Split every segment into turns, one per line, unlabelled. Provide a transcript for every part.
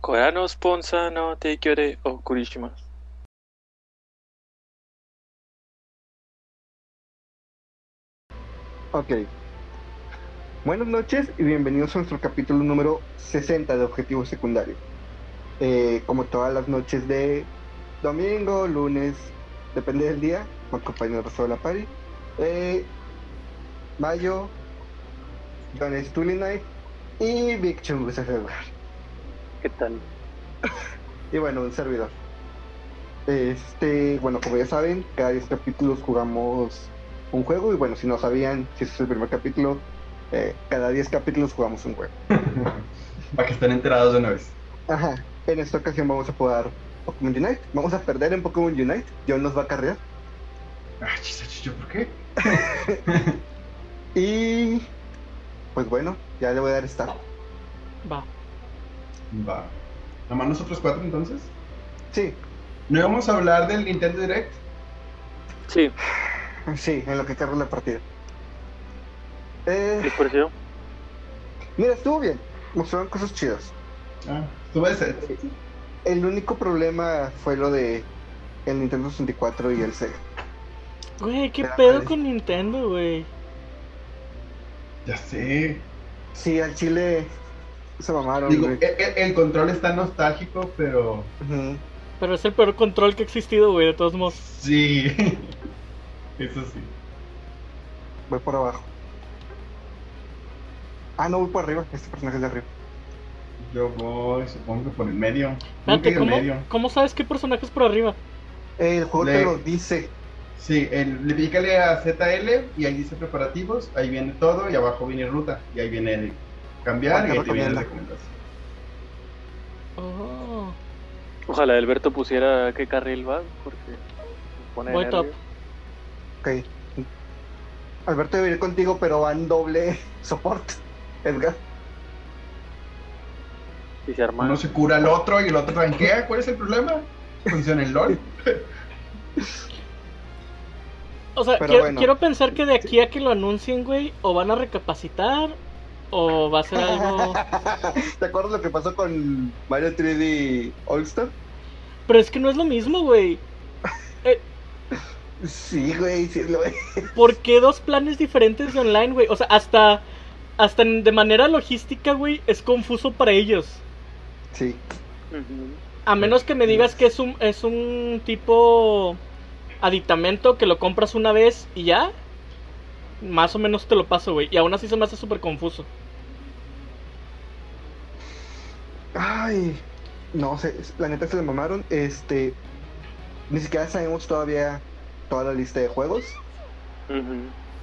Cora no sponsor no te quiere o Kurishima.
Ok. Buenas noches y bienvenidos a nuestro capítulo número 60 de Objetivo Secundario. Eh, como todas las noches de domingo, lunes, depende del día, me acompaña el resto de la party. Eh, Mayo, Don Stulinay y Big Chungus
¿Qué tal?
Y bueno, un servidor. Este, bueno, como ya saben, cada 10 capítulos jugamos un juego y bueno, si no sabían, si este es el primer capítulo, eh, cada 10 capítulos jugamos un juego.
Para que estén enterados de una vez.
Ajá, en esta ocasión vamos a jugar Pokémon Unite. Vamos a perder en Pokémon Unite. John nos va a carrear.
Ah, chis, chis, ¿yo ¿por qué?
Y pues bueno, ya le voy a dar start.
Va.
Va. Nomás nosotros cuatro entonces.
Sí,
¿No íbamos a hablar del Nintendo Direct?
Sí,
sí, en lo que cargo la partida. Eh,
¿les pareció?
mira, estuvo bien. Mostraron cosas chidas.
Ah, tú ves. eh,
El único problema fue lo de el Nintendo 64 y el Sega.
Güey, ¿qué
Pero
pedo
parece-
con Nintendo, güey?
Ya sé.
Sí, al Chile se mamaron.
Digo,
güey.
e- e- el, control está nostálgico, pero.
Ujú.
Pero es el peor control que ha existido, güey, de todos modos.
Sí. Eso sí.
Voy por abajo. Ah, no, voy por arriba. Este personaje es de arriba.
Yo voy, supongo, por el medio. Nunca he ido
Espérate,
en
Ah, ¿cómo,
medio.
¿cómo sabes qué personaje es por arriba?
Eh, el juego
Le-
te lo dice.
Sí, el- le pícale a ZL y ahí dice preparativos, ahí viene todo y abajo viene ruta y ahí viene el cambiar y
¿Cuál te
ahí te viene
recomienda?
la recomendación.
Oh,
Ojalá Alberto pusiera qué carril va, porque me pone
Voy
nervio.
top.
Ok. Alberto debe ir contigo, pero van doble soporte. Edgar.
Y se arma.
Uno se cura al otro y el otro tranquea, ¿cuál es el problema? Funciona el LOL.
O sea,
Pero
quiero,
bueno.
quiero pensar que de aquí a que lo anuncien, güey, o van a recapacitar, o va a ser algo.
¿Te acuerdas lo que pasó con Mario 3D All-Star?
Pero es que no es lo mismo, güey.
Sí, güey, sí, lo
¿Por qué dos planes diferentes de online, güey? O sea, hasta, hasta en- de manera logística, güey, es confuso para ellos.
Sí.
Ujú.
A menos que me digas que es un, es un tipo aditamento que lo compras una vez y ya. Más o menos te lo paso, güey. Y aún así se me hace súper confuso.
Ay, no sé, la neta se le mamaron. Este, ni siquiera sabemos todavía toda la lista de juegos.
Ujú.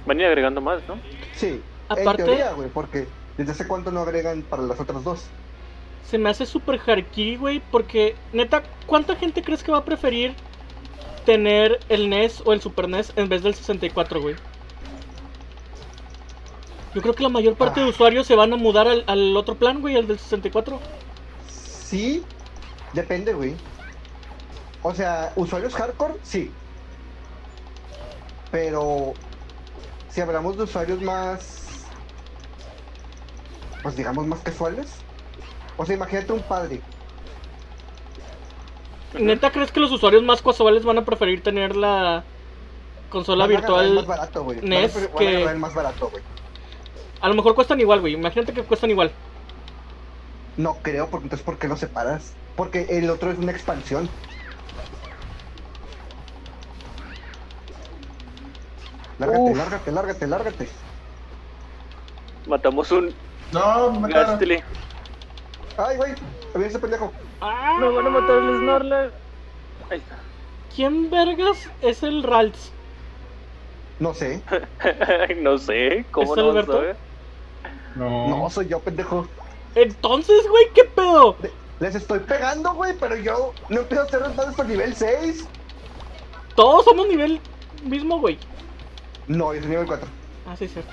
Van a ir agregando más, ¿no?
Sí,
Aparte-
en teoría, güey, porque desde hace cuánto no agregan para las otras dos.
Se me hace súper jarquí, güey. Porque, neta, ¿cuánta gente crees que va a preferir tener el NES o el Super NES en vez del 64, güey? Yo creo que la mayor parte de
Ah.
usuarios se van a mudar al, al otro plan, güey, al del 64.
Sí, depende, güey. O sea, usuarios hardcore, sí. Pero si hablamos de usuarios más, pues digamos más casuales. O sea, imagínate un padre.
Ujú.
¿Neta crees que los usuarios más casuales van a preferir tener la consola
van a agarrar el
virtual
más barato, güey. Van a
NES
pre- van a
que-
agarrar el más barato, güey.
A lo mejor cuestan igual, güey. Imagínate que cuestan igual.
No creo, porque entonces ¿por qué lo separas? Porque el otro es una expansión. Lárgate,
Uf.
lárgate, lárgate, lárgate.
Matamos un
No, me mataron.
Gastly.
Ay, güey, había ese pendejo.
Me Ah, van a matar el Snorlax. Ahí
¿Quién vergas es el Ralts?
No sé.
está. no sé, ¿cómo
¿Es
no vas a
Alberto?
saber?
No,
No.
soy yo, pendejo.
Entonces, güey, ¿qué pedo?
Les estoy pegando, güey, pero yo no empiezo a hacer respaldo hasta nivel 6.
Todos somos nivel mismo, güey.
No, yo soy nivel 4.
Ah, sí, cierto.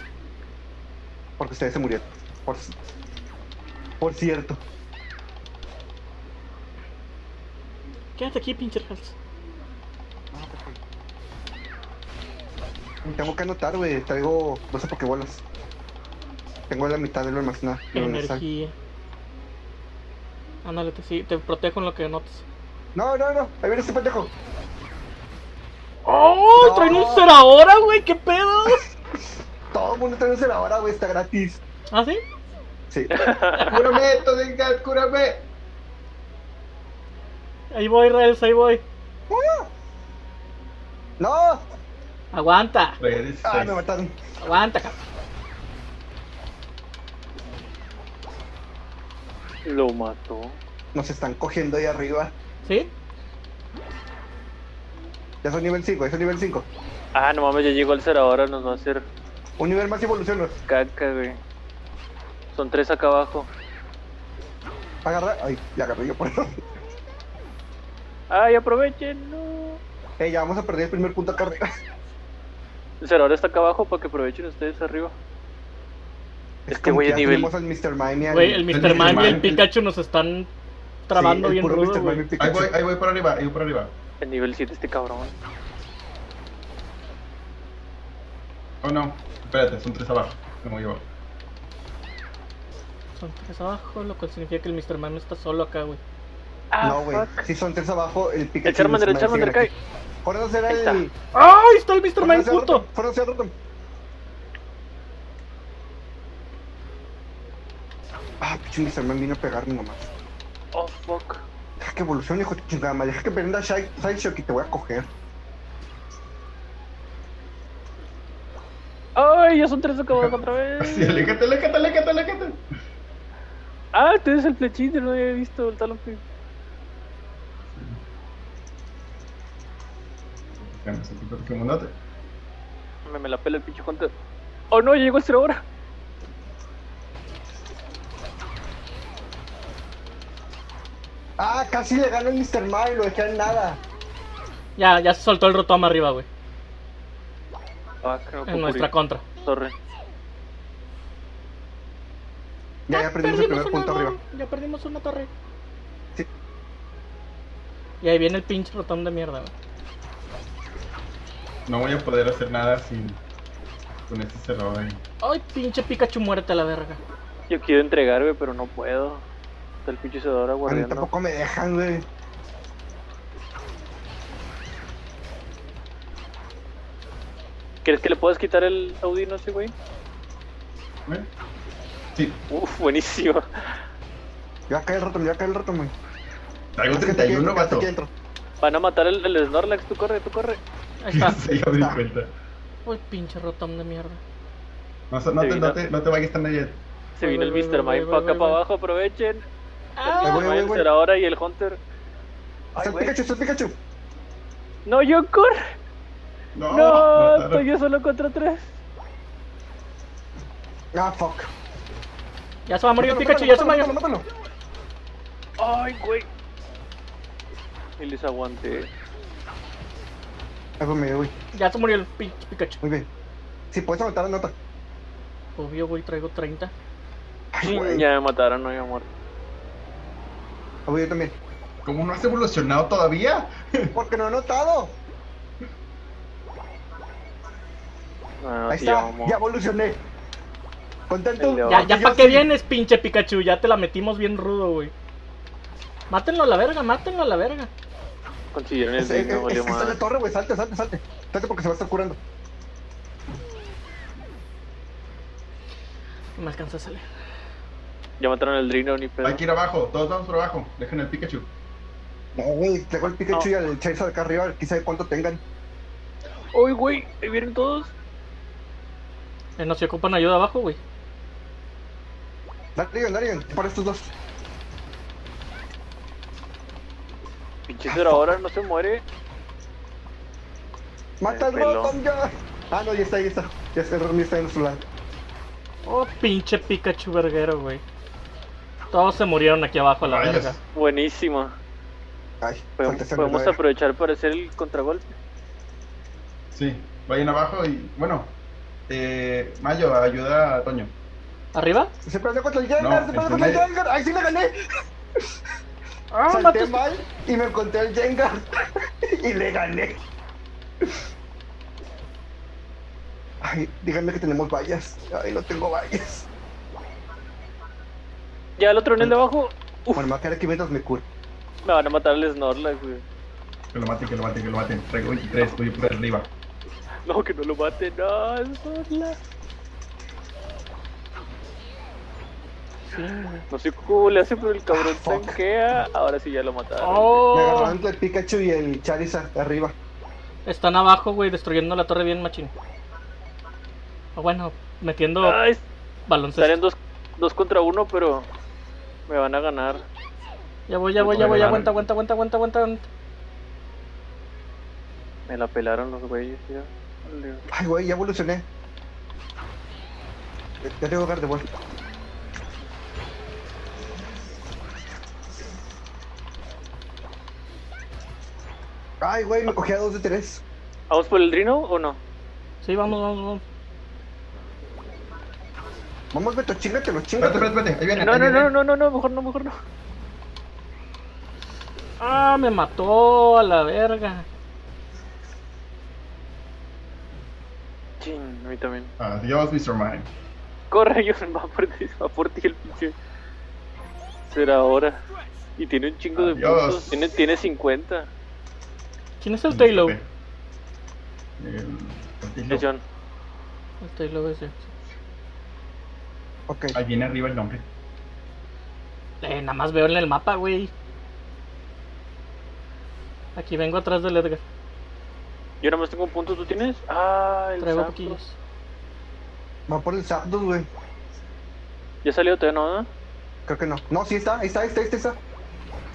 Porque ustedes se murieron. Por, por cierto.
Quédate aquí, pinche Ralts.
Tengo que anotar, güey. Traigo 12 pokebolas. Tengo la mitad de lo almacenado. lo universal.
Energía. Ándale, te, sí, te protejo en lo que notes.
No, no, no, ahí viene ese pendejo.
¡Oh!
No.
¡Traen un ser ahora, güey! ¡Qué pedo!
Todo el mundo trae un celadora, güey, está gratis.
¿Ah, sí?
Sí.
¡Cúrame, Todengar, cúrame!
Ahí voy, Rails, ahí voy.
¡Uh! ¡No!
Aguanta,
Traía 16.
¡Ah, me mataron!
aguanta, cabrón.
Lo mató.
Nos están cogiendo ahí arriba.
¿Sí?
Ya son nivel 5, ya son nivel 5.
Ah, no mames, ya llegó al ser ahora, nos va a hacer
Un nivel más evolucionos.
caca, güey. Son tres acá abajo.
Agarra. Ay, ya agarré yo por
¡Ay, aprovechen! No.
Eh, ya vamos a perder el primer punto acá arriba.
El ser ahora está acá abajo para que aprovechen ustedes arriba.
Es
que,
como
güey,
ya
nivel-
tenemos al Mr. Mime y al-
Güey, el
El
Mr. Man y
Mime.
el Pikachu nos están trabando
sí, el
bien
puro Mr. Mime
rudo,
y
güey.
Ahí
Pikachu.
voy, ahí voy para arriba, ahí voy para arriba.
El nivel 7 este cabrón.
Oh no, espérate, son tres abajo. Me voy abajo.
Son tres abajo, lo cual significa que el Mr. Man está solo acá, güey.
No, güey. Si son tres abajo, el Pikachu.
El Ah, Charmander, el Charmander cae.
Por será
Ahí está.
el.
¡Ay! Está el Mr. Man puto.
Por ser Rotom. Ah, pinche Mr. Man vino a pegarme nomás.
Oh, fuck.
Deja que evolucione, hijo de tu chingada madre. Deja que prenda Shy- Sideshock y te voy a coger.
¡Ay, ya son tres acá abajo otra vez!
Sí, aléjate, aléjate, aléjate, aléjate.
Ah, tú eres el flechín, no lo había visto el talón. que-
Ganas aquí Pokémonote.
Me, me la pela el pinche Hunter. Oh no, ya llegó el cero ahora.
Ah, casi le gano el Mr. Mime, lo dejé en nada.
Ya, ya se soltó el Rotom arriba, güey.
Ah, que no puedo
En
cubrir.
nuestra contra.
Torre.
Ya,
Ah,
ya perdimos el primer punto arriba.
Ya perdimos una torre.
Sí.
Y ahí viene el pinche Rotom de mierda, güey.
No voy a poder hacer nada sin. con este cerrado ahí.
¡Ay, pinche Pikachu, muérete a la verga!
Yo quiero entregarme, pero no puedo. Está el pinche Sedora
A mí
guardiando.
tampoco me dejan, güey.
¿Quieres que le puedas quitar el Audino a ese güey?
¿Ven? ¿Eh? Sí,
Uf, buenísimo.
Ya cae el Rotom, ya cae el Rotom, güey.
traigo
Hasta aquí entro,
31,
hasta
vato.
aquí entro.
Van a matar el, el Snorlax, tú corre, tú corre.
Ahí está.
Sí, ya me di cuenta.
¡Uy, pinche Rotom de mierda!
No, so- no, te, no, te, no te vayas tan allá.
Se
Voy,
vino el
voy,
Mr.
voy,
Mime
voy,
para
voy,
acá
voy.
para abajo, aprovechen.
Ahí
¡Ah!
voy,
El
ahí
Mime,
voy.
el Sedora y el Hunter.
Está
Ay,
el
güey.
Pikachu, está el Pikachu.
No, yo corre.
No,
No,
mataron.
estoy yo solo contra tres.
Ah, fuck.
Ya se va a morir el
Mátalo,
Pikachu, ya se
mátalo,
murió.
mátalo, mátalo.
Ay, güey. Y les aguanté.
Algo me dio, güey.
Ya se murió el pinche Pikachu.
Muy bien. Si puedes aguantar la nota.
Obvio, güey, traigo 30.
Ay, güey.
Ya me mataron, no había muerto.
Ah, güey, yo también.
¿Cómo no has evolucionado todavía?
Porque no he notado.
Ah,
Ahí
sí,
está.
vamos.
Ya evolucioné.
El
Contento.
león.
Ya,
Porque
ya
yo
para
sí-
qué vienes, pinche Pikachu. Ya te la metimos bien rudo, güey. Mátenlo a la verga, mátenlo a la verga.
Consiguieron el
Es, es,
digno,
es,
valió
está en la
más.
torre, güey. Salte, salte, salte. Salte porque se va a estar curando.
No me alcanza a salir.
Ya mataron el Drino, ni pedo.
Hay que ir abajo, todos vamos por abajo. Dejen el Pikachu.
No, güey. Tengo el
No.
Pikachu y al Charizard acá arriba. Quién sabe cuánto tengan.
¡Uy, güey! ¿Ahí vienen todos?
Eh, no se ocupan ayuda abajo, güey.
Darion, Darion. Para estos dos.
Pinche cero ahora no se muere.
Mata al
El pelón.
Rotom ya. Ah, no, ya está, ya está. Ya está, el Rotom ya está en nuestro lado.
Oh, pinche Pikachu verguero, güey. Todos se murieron aquí abajo a la
Rayos.
verga.
Buenísima.
Ay,
Podemos,
falta
podemos
sangre, güey.
aprovechar para hacer el contragolpe.
Sí, vayan abajo y. Bueno, eh, Mayo, ayuda a Toño.
¿Arriba?
Se perdió contra el Jengar, se
No,
perdió
el
contra el
primer-
Jengar. Ay, sí le gané.
Ah,
Salté
mataste.
mal y me encontré el Jengar. y le gané. Ay, díganme que tenemos vallas. Ay, no tengo vallas.
Ya lo troné el de abajo.
Bueno, me va a quedar aquí mientras me curo.
Me van a matar al Snorlax, güey.
Que lo maten, que lo maten, que lo maten. Traigo 23, estoy por arriba.
No, que no lo maten, no, Snorlax.
Sí, güey.
No sé cómo le hace, pero el cabrón tanquea. Ahora sí ya lo mataron.
Me
¡Oh!
agarraron el Pikachu y el Charizard arriba.
Están abajo, güey, destruyendo la torre bien machín. O bueno, metiendo
Ay,
baloncesto.
estarían dos, dos contra uno, pero me van a ganar.
Ya voy, ya voy, ya voy,
Bueno, dale.
aguanta, aguanta, aguanta, aguanta, aguanta.
Me la pelaron los güeyes, ya. Vale.
Ay, güey, ya evolucioné. Ya- Ya tengo hogar de vuelta. Ay, güey, me cogí a dos de tres.
¿Vamos por el Drino o no?
Sí, vamos, vamos, vamos.
Vamos, Beto, chíngatelo,
Espérate,
chíngatelo.
espérate, espérate. Ahí viene.
No,
ahí
no,
viene.
no, no, no, no, mejor no, mejor no.
Ah, me mató a la verga.
Chin, a mí también.
Adiós, Mr. Mime.
Corre, John, va por ti, va por ti el pinche. Será ahora. Y tiene un chingo de
Adiós.
puntos. Tiene, tiene 50.
¿Quién es el Taylor?
El- el
Es
Taylor.
John.
El Taylor ese.
Ok,
Ahí viene arriba el nombre.
Eh, nada más veo en el mapa, güey. Aquí vengo atrás del Edgar.
Yo nada más tengo un punto, ¿tú tienes? Ah, el
Traigo
sapo.
poquillos.
va por el Zapdos, güey.
Ya salió todavía, ¿no? no?
Creo que no. No, sí está, ahí está, ahí está, ahí está. ahí está.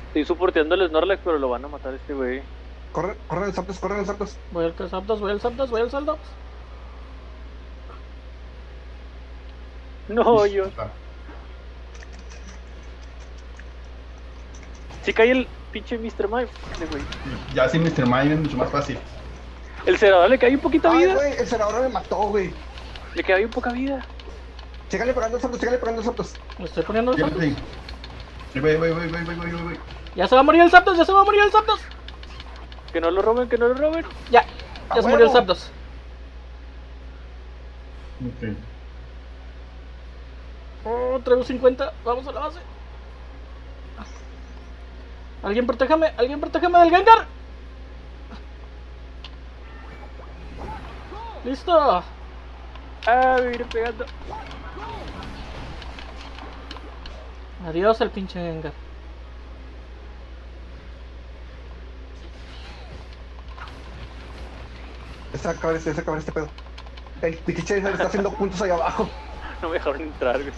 Estoy soporteando al Snorlax, pero lo van a matar este güey.
Corre, corre el Zapdos, corre el Zapdos.
Voy al Zapdos, voy al Zapdos, voy al Zapdos.
No, Oh, yo.
Ah,
Si cae el pinche Mr. Mime, este güey.
Ya sin Mr. Mime es mucho más fácil.
El cerador le cae un poquito
Ay,
vida.
güey, el senador me mató, güey.
Le queda bien poca vida.
Sígale pegando al Zapdos, sígale pegando al Zapdos.
Me estoy poniendo el
Yo
Zapdos.
sí. Voy, voy, voy, voy, voy, voy, voy.
Ya se va a morir el Zapdos, ya se va a morir el Zapdos.
Que no lo roben, que no lo roben.
Ya,
¡A
ya se murió el
huevo!
Zapdos.
Ok.
Oh, traigo 50. Vamos a la base. Alguien protéjame, alguien protéjame del Gengar. Listo.
Ah, me viene pegando.
Adiós el pinche Gengar.
Está acabar este, está acabar este pedo. El pinche Charizard está haciendo puntos ahí abajo.
No me dejaron entrar, güey.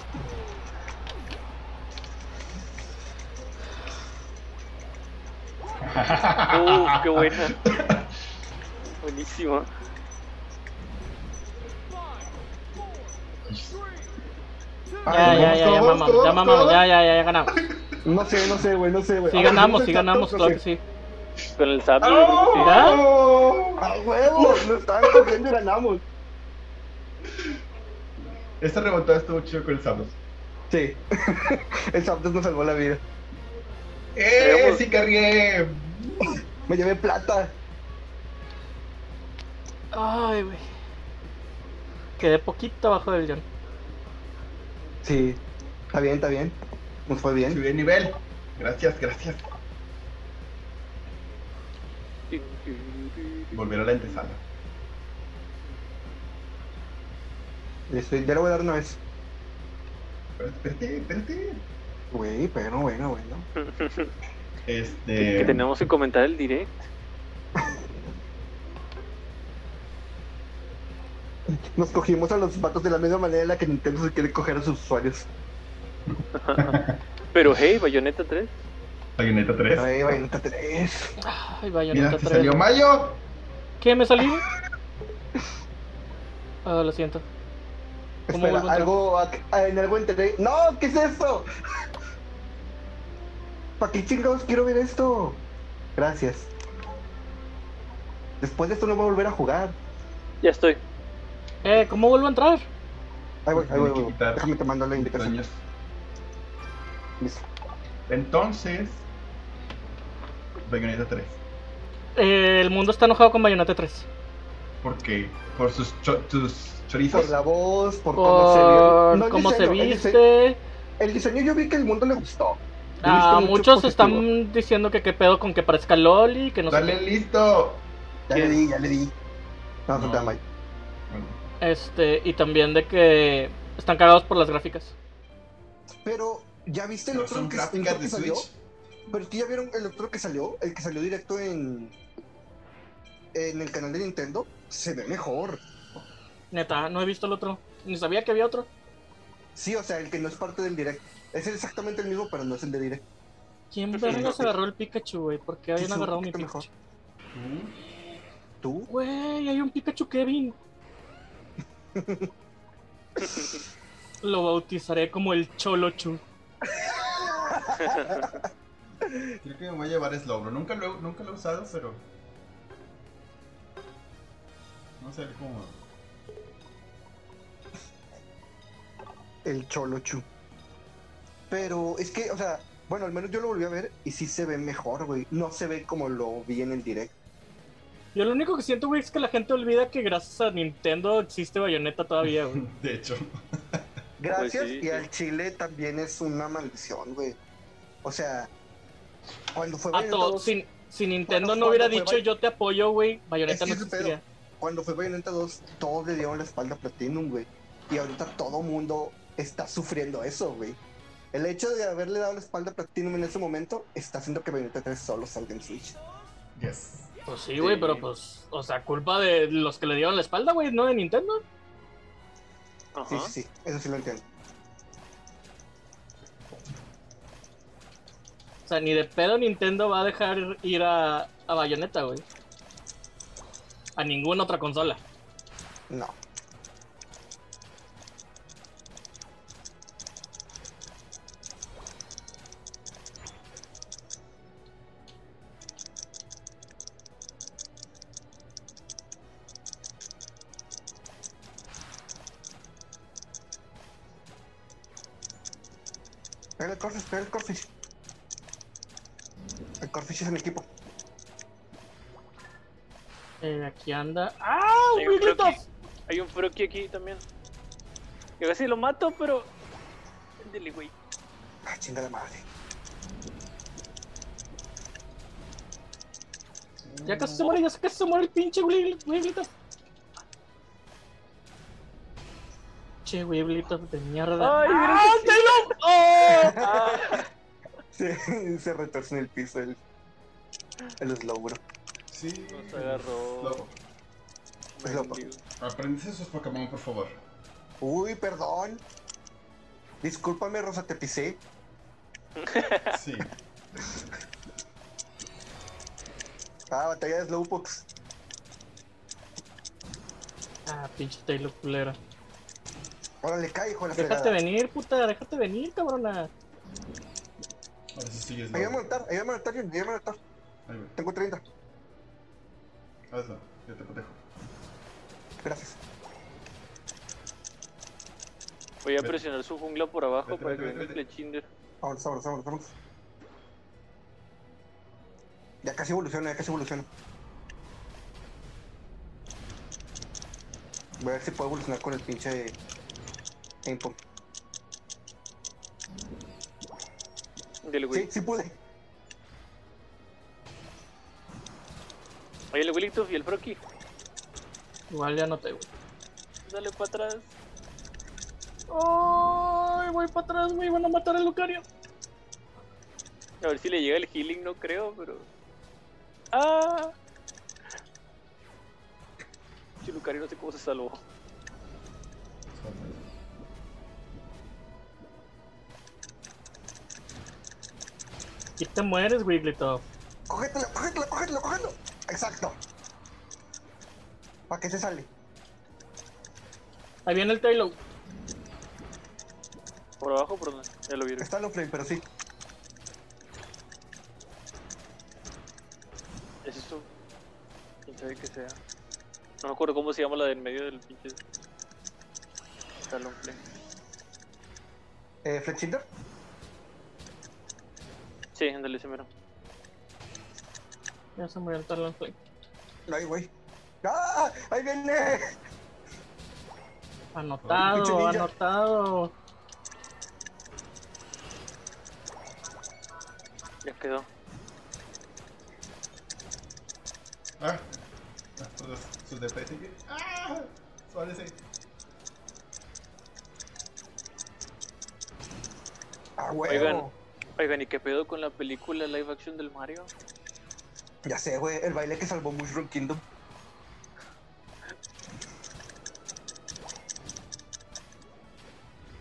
Uh, qué buena. Buenísimo.
Ya,
Ay,
ya, ya, ya
todos,
mamamos, ya
todos,
mamamos,
todos.
ya, ya, ya, ya ganamos.
No sé, no sé, güey, no sé, güey.
Sí
A ver,
ganamos,
¿dónde
sí
está
ganamos,
todo?
claro que
Sí.
sí.
Con el
¡Ah!
sap.
Mira.
¡Oh!
¡A Ah, huevo! Nos estaban cogiendo y ganamos.
Esta remontada Este estuvo chido con el Zapdos.
Sí. el Zapdos nos salvó la vida.
¡Eh!
Vemos.
¡Sí cargué!
Me llevé plata.
Ay, güey. Quedé poquito abajo del John.
Sí. Está bien, está bien. Nos fue bien.
Subí de nivel. Gracias, gracias. Y volver a la antesala.
Listo, Este, ya le voy a dar una vez.
Espérate, espérate, espérate.
Güey, bueno, bueno, bueno.
Este.
Que tenemos que comentar el direct.
Nos cogimos a los vatos de la misma manera en la que Nintendo se quiere coger a sus usuarios.
Pero hey, Bayonetta 3.
Bayoneta 3.
Pues,
Ay, Bayonetta 3.
Ay, vaya,
Mira,
neta,
te
otra vez.
salió Mayo.
¿Qué me salí? Ah, lo siento. ¿Cómo
Espera,
vuelvo a entrar?
algo, a- en algo enteré. ¡No! ¿Qué es esto? ¿Para qué chingados quiero ver esto? Gracias. Después de esto no voy a volver a jugar.
Ya estoy.
Eh, ¿cómo vuelvo a entrar?
Ahí voy, ahí voy,
Tiene que
ahí voy.
quitar
Déjame te mando la indicación.
Sueños.
Listo.
Entonces. Bayoneta 3.
Eh, el mundo está enojado con Bayonetta 3.
¿Por qué? Por sus, cho- sus chorizos.
Pues,
Por la voz, por
Por
cómo se vio.
cómo se,
No, el diseño, el dise-
viste.
El diseño yo vi que el mundo le gustó. Yo he
Ah,
visto mucho
muchos
positivo.
están diciendo que qué pedo con que parezca Loli, que no sé
Dale listo.
Ya le di, ya le di. No,
No.
falta Mike.
qué. Este, y también de que están cagados por las gráficas.
Pero, ¿ya viste el
No
otro
son
que, el
gráficas
otro que
de
salió?
Switch.
Pero tú ya vieron el otro que salió, el que salió directo en en el canal de Nintendo, se ve mejor.
Neta, no he visto el otro. Ni sabía que había otro.
Sí, o sea, el que no es parte del direct. Es exactamente el mismo, pero no es el de direct.
¿Quién
Prefiero
verga
no
se agarró el Pikachu, güey? ¿Por qué habían
Sí, sí, un
agarrado mi
poquito
Pikachu?
Mm.
¿Tú?
Güey, hay un Pikachu Kevin. Lo bautizaré como el Cholochu.
Creo que me voy a llevar Slowbro. Nunca lo, he- nunca lo he usado, pero. No sé cómo.
El Cholochu. Pero es que, o sea, bueno, al menos yo lo volví a ver y sí se ve mejor, güey. No se ve como lo vi en el direct.
Pues
Yo lo único que siento, güey, es que la gente olvida que gracias a Nintendo existe Bayonetta todavía, güey.
De hecho.
Gracias,
Pues sí,
y
sí.
al Chile también es una maldición, güey. O sea, cuando fue
A
Bayonetta
todo,
2,
si, si Nintendo
Bueno,
no hubiera
¿cuándo
dicho
fue Bay-
yo te apoyo, güey, Bayonetta
Es
no
que ese pedo.
existiría.
cuando fue Bayonetta 2, todos le dieron la espalda a Platinum, güey. Y ahorita todo mundo está sufriendo eso, güey. El hecho de haberle dado la espalda a Platinum en ese momento está haciendo que Bayonetta 3 solo salga en Switch.
Yes.
Pues sí, güey,
Sí.
pero pues, o sea, culpa de los que le dieron la espalda, güey, no de Nintendo.
Ajá.
Sí, sí, sí, eso sí lo entiendo.
O sea, ni de pedo Nintendo va a dejar ir a, a Bayonetta, güey. A ninguna otra consola.
No. Pega el Corfish, pega el Corfish. El Corfish es el equipo.
Eh, aquí anda. ¡Ah!
Hay
un
un
Wigglytuff!
croquis. Hay un Froki aquí también. Que casi lo mato, pero. Dele, güey.
Ah, chingada madre.
Ya casi se muere, ya casi se muere el pinche Wiggly- Wigglytuff. Che, Wigglytuff de mierda.
Ay, mira
¡Ah,
que-
Taylor! ¡Oh!
Ah,
Se, se retorce en el piso el, el Slowbro.
Sí.
Nos agarró.
Slowbro.
Es loco.
mendigo.
Aprendiste esos Pokémon, por favor.
Uy, perdón. Discúlpame, Rosa, te pisé.
Sí.
Ah, batalla de Slowpox.
Ah, pinche Taylor culera.
Órale, cae, hijo de la
Déjate
fregada.
venir, puta, déjate venir, cabrona.
Ahora sí sigue
Ayúdame a
Slowbro.
matar, ayúdame a matar, ayúdame a matar.
Ahí voy.
Tengo 30.
Hazlo. Yo te protejo.
Gracias.
Voy a
Vete.
presionar su jungla por abajo
Vete,
para
vete,
que venga el
vete, vete.
Flechinder.
Vámonos, vámonos, vámonos, vámonos. Ya casi evoluciona, ya casi evoluciona. Voy a ver si puedo evolucionar con el pinche Impom.
Dele, güey.
Sí, sí pude.
Ahí el Wigglytuff y el Froki.
Igual ya no te voy.
Dale para atrás.
¡Ay, voy para atrás, güey! Van a matar a Lucario.
A ver si le llega el healing, no creo, pero. ¡Ah! Chilucari no sé cómo se salvó.
Y te mueres, Wigglytuff.
Cógetelo, cógetelo, cógetelo, cógetelo. Exacto. ¿Para qué se sale?
Ahí viene el Taylor.
Por abajo, por donde. Ya lo vieron.
Está en offlane, pero sí.
Es eso. Quién sabe qué sea. No me acuerdo cómo se llama la del medio del pinche. Salón play.
Eh, Flexinder.
Sí, ándale, ese mero.
Ya se murió el Talonflame.
No hay, güey. ¡Ah! ¡Ahí viene!
Anotado,
Pinche ninja.
anotado.
Ya quedó.
Ah, ah, por los- sus DPS que. ¡Ah! Suárez.
Ah, huevo.
Oigan. Oigan, ¿y qué pedo con la película live action del Mario?
Ya sé, güey, el baile que salvó Mushroom Kingdom.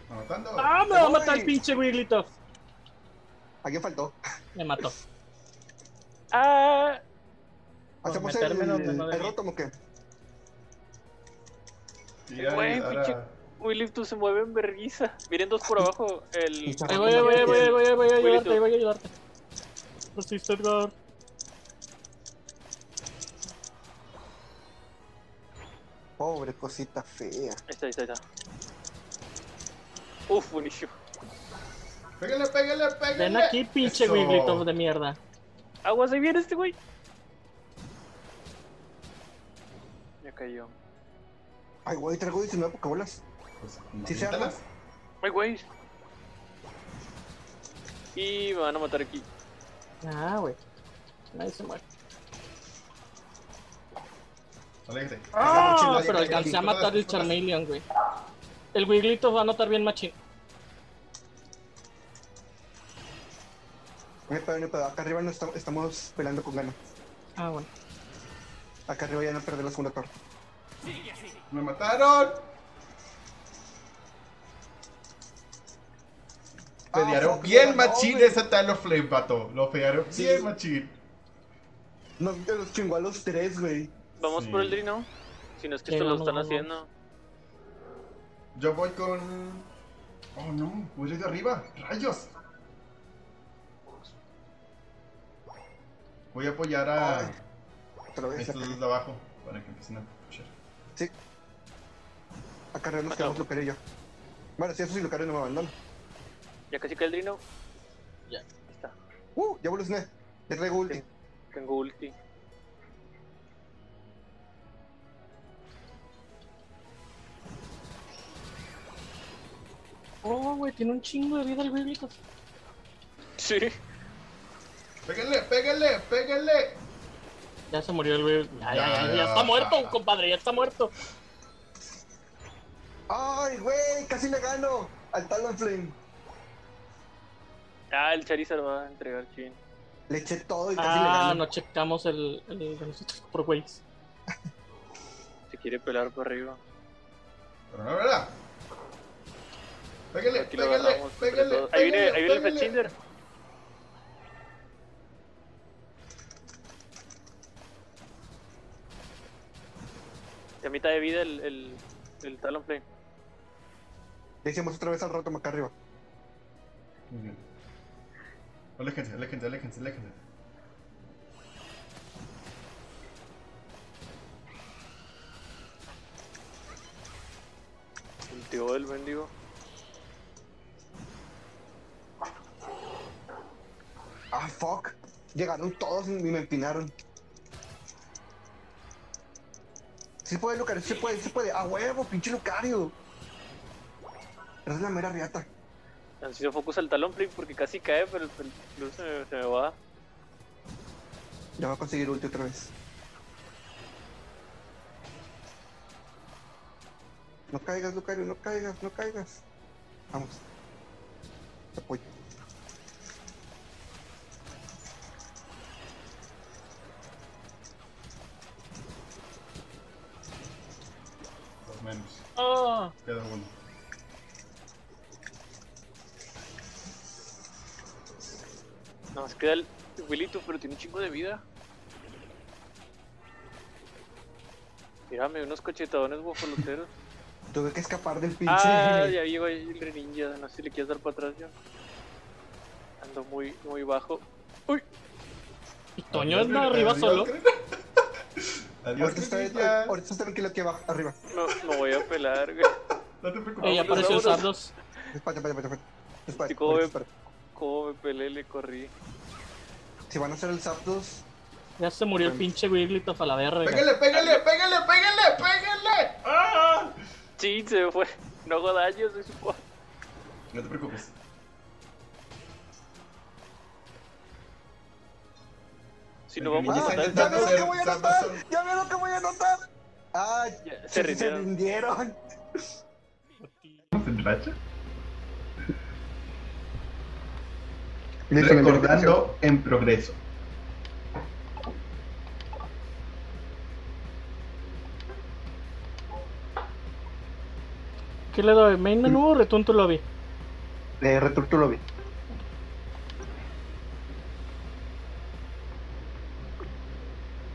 Anotando.
¡Ah, me va a
Ay.
matar el pinche Wigglytuff!
¿A quién faltó?
Me mató.
Ah,
Por
¿Hacemos el,
metérmelo, me madre.
el roto o qué?
Y ya,
Güey,
ahora-
pinche- Willy, tú se mueve en vergüenza. Miren dos por abajo. El.
Está
Ahí voy, ahí voy, ahí voy, ahí voy, ahí voy a ayudarte,
Wigglytuff.
ahí voy a ayudarte. Resiste, Edgar.
Pobre cosita fea.
Ahí está, ahí está, ahí está. Uf, buenísimo.
Pégale, pégale, pégale.
Ven aquí, pinche
Eso.
Wigglytuff de mierda.
Aguas, ahí viene este güey. Ya cayó.
Ay, güey, traigo 19 pokebolas.
Pues,
Sí se arma.
mavítalas.
Ay, güey. Y me van a matar aquí.
Ah, güey. Nadie se muere.
Aléjate.
¡Ah!
Pégale,
Pero
pégale,
alcancé a
pégale.
matar el Charmeleon, güey. El Wigglytuff va a notar bien machín.
No hay pedo, no hay pedo. Acá arriba no estamos, estamos peleando con ganas.
Ah, bueno.
Acá arriba ya no perder la segunda torre.
¡Me mataron! Pelearon
fuck,
bien
no,
machín
güey.
esa Taloflame, vato. Lo pelearon
Sí.
bien machín.
Nos los chingó a los tres, güey.
Vamos
Sí.
por el Drino. Si no es que
Sí,
esto lo
vamos,
están
vamos,
haciendo.
Yo voy con... Oh, no. Voy de arriba. ¡Rayos! Voy a apoyar a
Ay, Otra vez.
estos
Acá,
dos de abajo para que empiecen a puchar.
acá arriba nos quedamos Lucario y yo. Bueno, si eso sí, Lucario no me abandona.
Ya casi cae el Drino.
Ya.
Ahí está.
Uh, ya evolucioné. Le traigo ulti.
Tengo ulti.
Oh, güey, tiene un chingo de vida el Wigglytuff.
Sí.
¡Pégale, pégale, pégale!
Ya se murió el Wigglytuff. Ya, ya, ya,
Ya,
ya,
ya,
está muerto,
ya.
compadre, ya está muerto.
¡Ay, güey! Casi le gano al Talonflame.
Ah, el Charizard va a entregar chin.
Le eché todo y casi le
Ah,
gano.
no checamos el, el de nosotros por güeyes.
Se quiere pelar por arriba.
Pero no, ¿verdad? Pégale,
Aquí lo
pégale,
ganamos. entre
pégale,
todos. Ahí viene,
pégale,
ahí viene el
pégale.
Fetchinder. De mitad de vida el, el, el Talonflame.
Le hicimos otra vez al rato acá arriba.
Muy bien. Aléjense, aléjense, aléjense, aléjense.
El tío del mendigo.
¡Ah, fuck! Llegaron todos y me empinaron. Sí puede, Lucario, sí puede, sí puede. ¡A huevo, pinche Lucario! Eres la mera riata.
Han sido focus al Talonflame porque casi cae, pero el, el Blue se, me- se me va.
Ya va a conseguir ulti otra vez. No caigas, Lucario, no caigas, no caigas. Vamos. Te apoyo.
Dos menos.
Ah,
Queda uno.
Nada más queda el Willito, pero tiene un chingo de vida. Mírame, unos cochetadones guajoloteros.
Tuve que escapar del pinche.
Ah, ya llegó el Greninja, no sé si le quieres dar para atrás yo. Ando muy, muy bajo. ¡Uy!
y Toño es
Adiós,
arriba
adiós,
solo.
Cre- Adiós,
ahorita, está,
Cretilla.
ahorita está tranquilo aquí abajo, arriba.
No, me voy a pelar, güey.
No te preocupes.
Ey, apareció el Sardos.
Espérate, espérate, espérate. Espérate,
Chico,
espérate,
ve-
espérate.
Cómo me pelé, le corrí.
Si van a hacer el Zapdos,
Ya se murió el pinche Wigglytuff a la verga.
Pégale, pégale, pégale, pégale, pégale. ¡Ah!
Sí, se me fue. No hago daño, soy su
No te preocupes.
Si no vamos
Ah,
a matar.
¡Ya veo lo que voy a
Samson,
anotar!
Samson.
¡Ya veo lo que voy a anotar! ¡Ay!
Ya,
Se
se
rindieron.
rindieron.
¿Estamos en racha?
Listo, la interpretación.
Recordando en progreso.
¿Qué le doy? ¿Main menú o Return to Lobby?
Eh, reestructuro bien.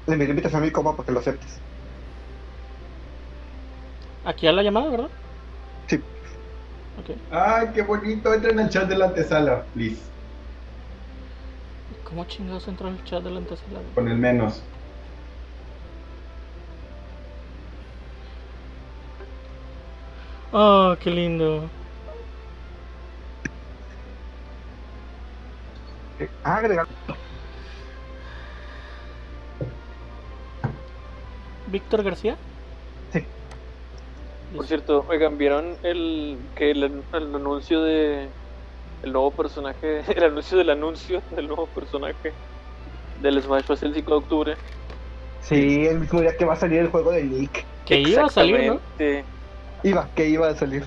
Le me invitas a mi copa para que lo aceptes.
Aquí a la llamada, ¿verdad?
Sí.
Ok.
Ay, qué bonito. Entren al chat de la antesala, please.
¿Cómo chingados entra el chat delante de la
Con el menos.
Oh, qué lindo.
Eh, ah, agregar.
¿Víctor García?
Sí.
Por cierto, oigan, ¿vieron el, que el, an- el anuncio de. El nuevo personaje. El anuncio del anuncio del nuevo personaje del Smash Bros. el 5 de octubre.
Sí, el mismo día que va a salir el juego de Nick.
Que iba a salir, ¿no?
Exactamente.
Iba, que iba a salir.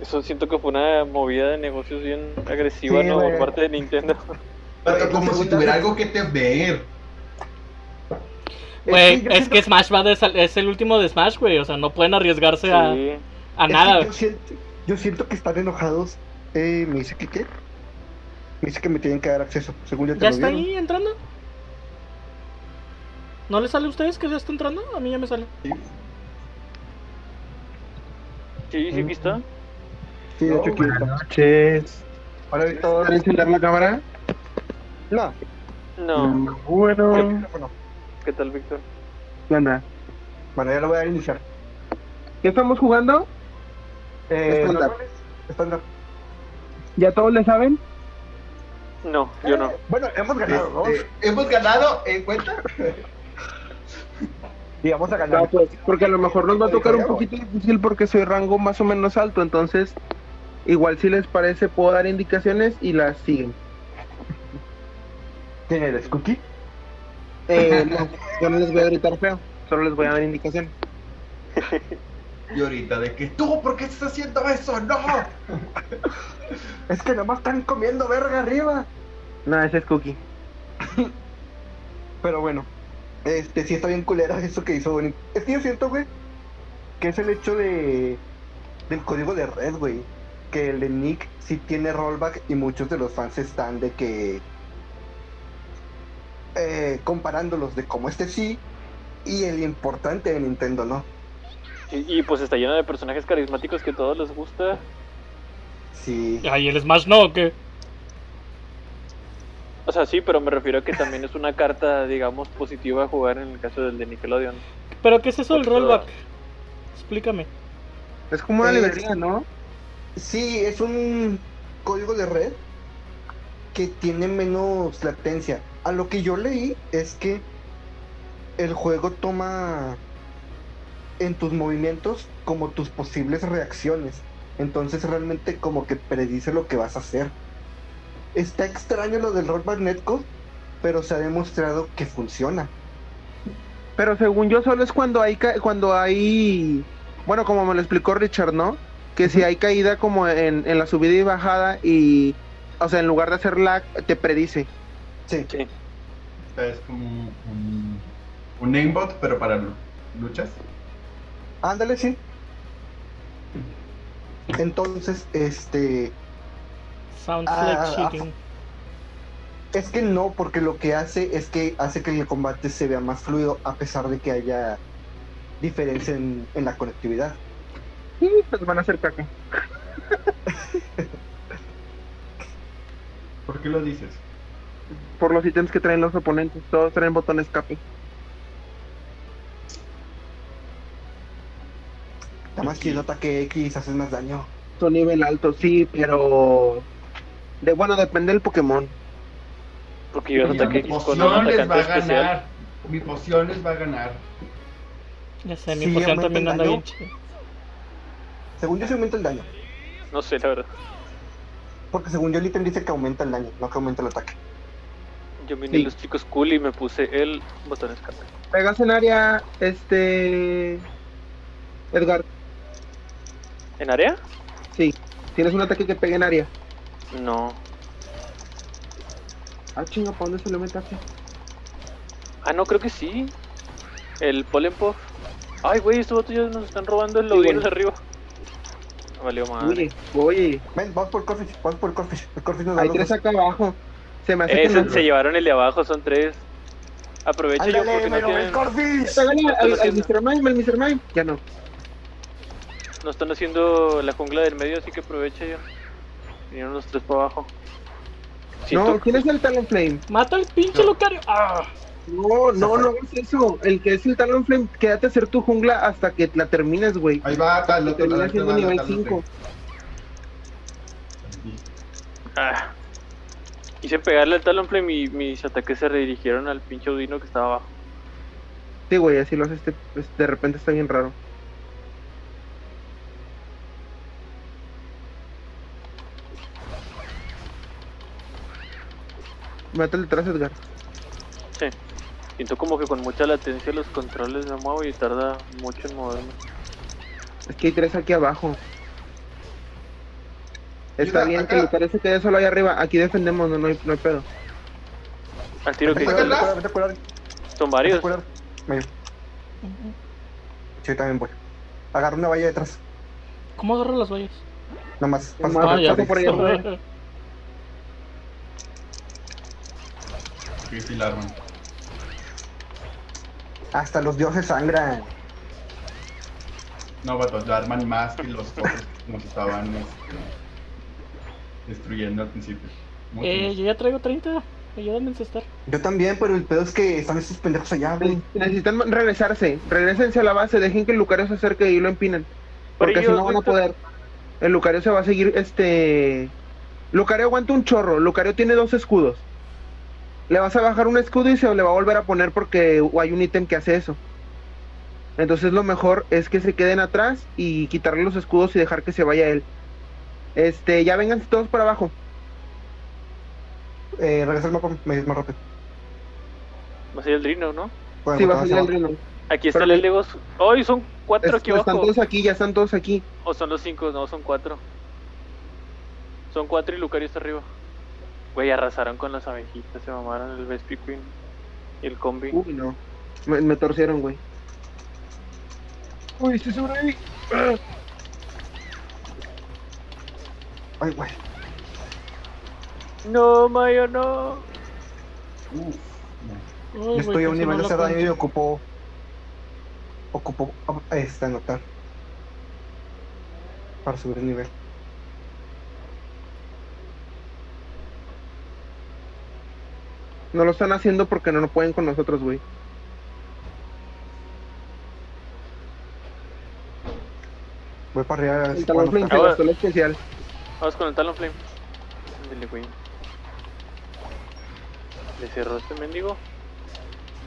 Eso siento que fue una movida de negocios bien agresiva,
Sí,
¿no?
güey.
Por parte de Nintendo.
Vato,
Güey,
como
la
si
segunda
tuviera
vez-
algo que te ver.
Güey,
Eh, yo
es
siento-
que Smash va de sal- es el último de Smash, güey. O sea, no pueden arriesgarse a,
Sí.
a
es que
nada.
yo, siento, yo siento que están enojados. Eh, me dice que qué. Me dice que me tienen que dar acceso. Según yo te
¿Ya
lo
está
dieron.
ahí entrando? ¿No le sale a ustedes que ya está entrando? A mí ya me sale.
Sí,
mm.
sí, aquí está.
Sí, de hecho aquí
Buenas
está.
noches.
Ahora vi todo.
¿Puedes encender la cámara? Oh.
No, Mm.
No.
el
Bueno.
micrófono.
¿Qué tal, Víctor?
¿Qué onda?
Bueno, ya lo voy a iniciar.
¿Qué estamos jugando?
Eh,
Estándar.
normales, estándar.
¿Ya todos le saben?
No, yo no.
Eh, Bueno, hemos ganado. vamos.
Este, ¿Hemos ganado? ¿En cuenta?
Y vamos a ganar.
No, pues, porque a lo mejor nos va a tocar un
Oye,
poquito difícil porque soy rango más o menos alto, entonces igual si les parece puedo dar indicaciones y las siguen.
¿Quién eres, Cookie?
Eh, no, yo no les voy a gritar feo, solo les voy a dar indicaciones.
Y ahorita de que tú, ¿por qué estás haciendo eso? ¡No!
Es que nomás están comiendo verga arriba.
No, ese es Cookie.
Pero bueno, este sí está bien culera eso que hizo Bonnie. Es que yo siento, güey, que es el hecho de del código de red, güey. Que el de Nick sí tiene rollback y muchos de los fans están de que eh, comparándolos de cómo este sí y el importante de Nintendo no.
Y, y, pues está lleno de personajes carismáticos que a todos les gusta.
Sí.
Ay, el Smash no, ¿o qué?
O sea, sí, pero me refiero a que también es una carta, digamos, positiva a jugar en el caso del de Nickelodeon.
¿Pero qué es eso del
Porque-
rollback? Explícame.
Es como una
Eh,
librería, ¿no?
Sí, es un código de red que tiene menos latencia. A lo que yo leí es que el juego toma en tus movimientos como tus posibles reacciones. Entonces realmente como que predice lo que vas a hacer. Está extraño lo del rollback netcode, pero se ha demostrado que funciona.
Pero según yo solo es cuando hay ca- cuando hay bueno como me lo explicó Richard, ¿no? Que si hay caída como en, en la subida y bajada y o sea en lugar de hacer lag te predice.
Sí.
Sí.
O sea, es como un, un, un aimbot, pero para lu- luchas.
Ándale, sí. Entonces, este,
Sounds
Ah,
like
ah,
cheating.
Es que no, porque lo que hace es que hace que el combate se vea más fluido a pesar de que haya diferencia en, en la conectividad.
Y pues van a hacer caca.
¿Por qué lo dices?
Por los ítems que traen los oponentes, todos traen botón escape.
Nada más que el ataque X haces más daño.
Son nivel alto, sí, pero de bueno depende del Pokémon.
Porque yo
Mi
hasta que con un
poción les va
atacante
a
especial.
ganar. Mi poción les va a ganar.
Ya sé, mi
Sí,
poción
aumenta
también
el
anda
daño.
bien chida.
Según yo se aumenta el daño.
No sé, la verdad.
Porque según yo el ítem dice que aumenta el daño, no que aumenta el ataque.
Yo vine
Sí.
los chicos cool y me puse el botón escape.
Pegas en área, este. Edgar,
¿En área?
sí. Tienes un ataque que pegue en área.
No.
Ah, chinga, ¿para dónde se lo metaste?
Ah, no, creo que sí. El Polenpop. Ay, güey, estos botos ya nos están robando el login
bueno.
de arriba. Ah, Valió madre.
Oye, oye.
Ven, vamos por Corfis, vamos por Corfis. El Corfis nos da
Hay
los
tres
dos.
acá abajo. Se me hace
Eh,
que
se,
no.
se llevaron el de abajo, son tres. Aprovecho yo
Ándale,
porque no,
pero ven
tienen-
Corfis.
Pégale al, al
haciendo.
Mr. Mime, al Mr. Mime. Ya no.
no están haciendo la jungla del medio, así que aprovecho yo. Vinieron los tres para abajo. Siento-
No, ¿quién es el Talon Flame?
Mata al pinche Lucario. Ah,
No, no, no hagas eso. El que es el Talon Flame, quédate a hacer tu jungla hasta que la termines, güey.
Ahí va, tal,
La
otro
terminas
tal,
siendo
otro
nivel
tal,
5.
otro tal.
Ah. Hice pegarle al Talonflame y mis ataques se redirigieron al pinche Odino que estaba abajo.
Sí, güey, así lo haces. Este, este, de repente está bien raro. Mátale detrás, Edgar.
Sí. Siento como que con mucha latencia los controles me muevo y tarda mucho en moverme.
Es que hay tres aquí abajo.
Mira,
Está bien
acá.
que el parece que solo ahí arriba. Aquí defendemos, no, no, hay, no hay pedo.
Al tiro que
Vete a curar,
Sácala.
vete a curar, vete
son
a
varios.
curar. Ven. Yo también voy. Agarra una valla detrás.
¿Cómo agarro las vallas? Eh,
Nomás.
Nomás,
pasa
Ah, ya.
por
por
ahí.
ahí.
Sí, sí, la arman.
Hasta los dioses sangran.
No, vato, la arman más que los otros que nos estaban este, destruyendo al principio. Mucho
Eh,
más.
yo ya traigo 30. Ayúdame a encestar.
Yo también, pero el pedo es que están esos pendejos allá, güey.
Necesitan regresarse. Regresense a la base. Dejen que el Lucario se acerque y lo empinen. Porque si
ellos,
no van a
Víctor.
poder. El Lucario se va a seguir. Este. Lucario aguanta un chorro. Lucario tiene dos escudos. Le vas a bajar un escudo y se le va a volver a poner porque hay un ítem que hace eso. Entonces lo mejor es que se queden atrás y quitarle los escudos y dejar que se vaya él. Este, ya vengan todos para abajo.
Eh, regresa el mapa me- más rápido.
Va a ser el Drino, ¿no?
Bueno,
Sí, va a
botón
salir
hacia
el
abajo.
reno.
Aquí está
Pero-
el Legos. ¡Ay, son cuatro
Es-
aquí
están
abajo!
todos aquí, ya están todos aquí.
¿O son los cinco? No, son cuatro. Son cuatro y Lucario está arriba. Güey, arrasaron con las abejitas, se mamaron el Vespi Queen y el combi.
Uy, no. Me, me torcieron, güey. Uy, estoy sobre ahí.
Ay, güey.
No, Mayo, no.
Uf, no.
Uy,
Yo
güey,
estoy a un
casi
nivel
no
de
lo
hacer daño y
cuento.
ocupo. Ocupo. ah, Este, anotar. Para subir el nivel.
No lo están haciendo porque no, no pueden con nosotros, güey.
Voy para arriba. a ver si
El
puedo
talón flame
anotar.
se
Ahora-
gastó el especial.
Vamos con el Talonflame. Ándale, güey. Le cerró este mendigo.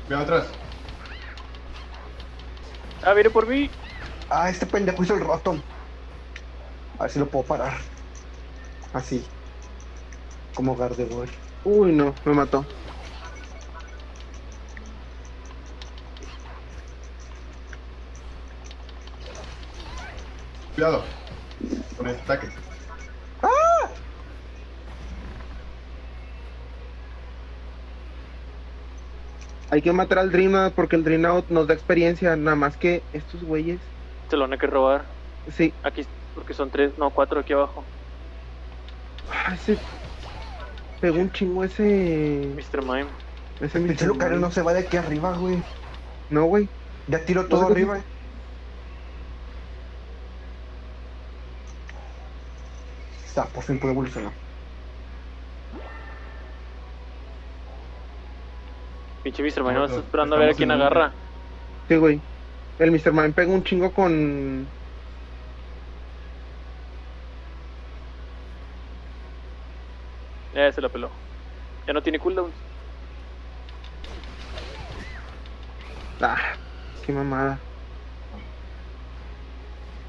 Ve atrás.
Ah, viene por mí.
Ah, este pendejo hizo el rotom. A ver si lo puedo parar. Así. Como Gardevoir.
Uy, no, me mató.
Cuidado. Con este ataque.
Hay que matar al Dreamnout porque el Dreamnout nos da experiencia. Nada más que estos güeyes.
Se lo van a que robar.
Sí.
Aquí, porque son tres, no, cuatro aquí abajo.
Ay, se Ah, pegó un chingo ese.
Mr. Mime.
Ese
El
Mr.
Lucario no se va de aquí arriba, güey.
No, güey.
Ya tiro todo
sé qué
arriba. Está, por fin puedo evolucionar.
Pinche Mr. Mime, no,
No,
está
no,
esperando a ver a
estamos
quién
en un-
agarra.
Sí, güey. El Mr. Man pegó un chingo con.
Ya se la peló. Ya no tiene cooldown.
Ah, qué mamada.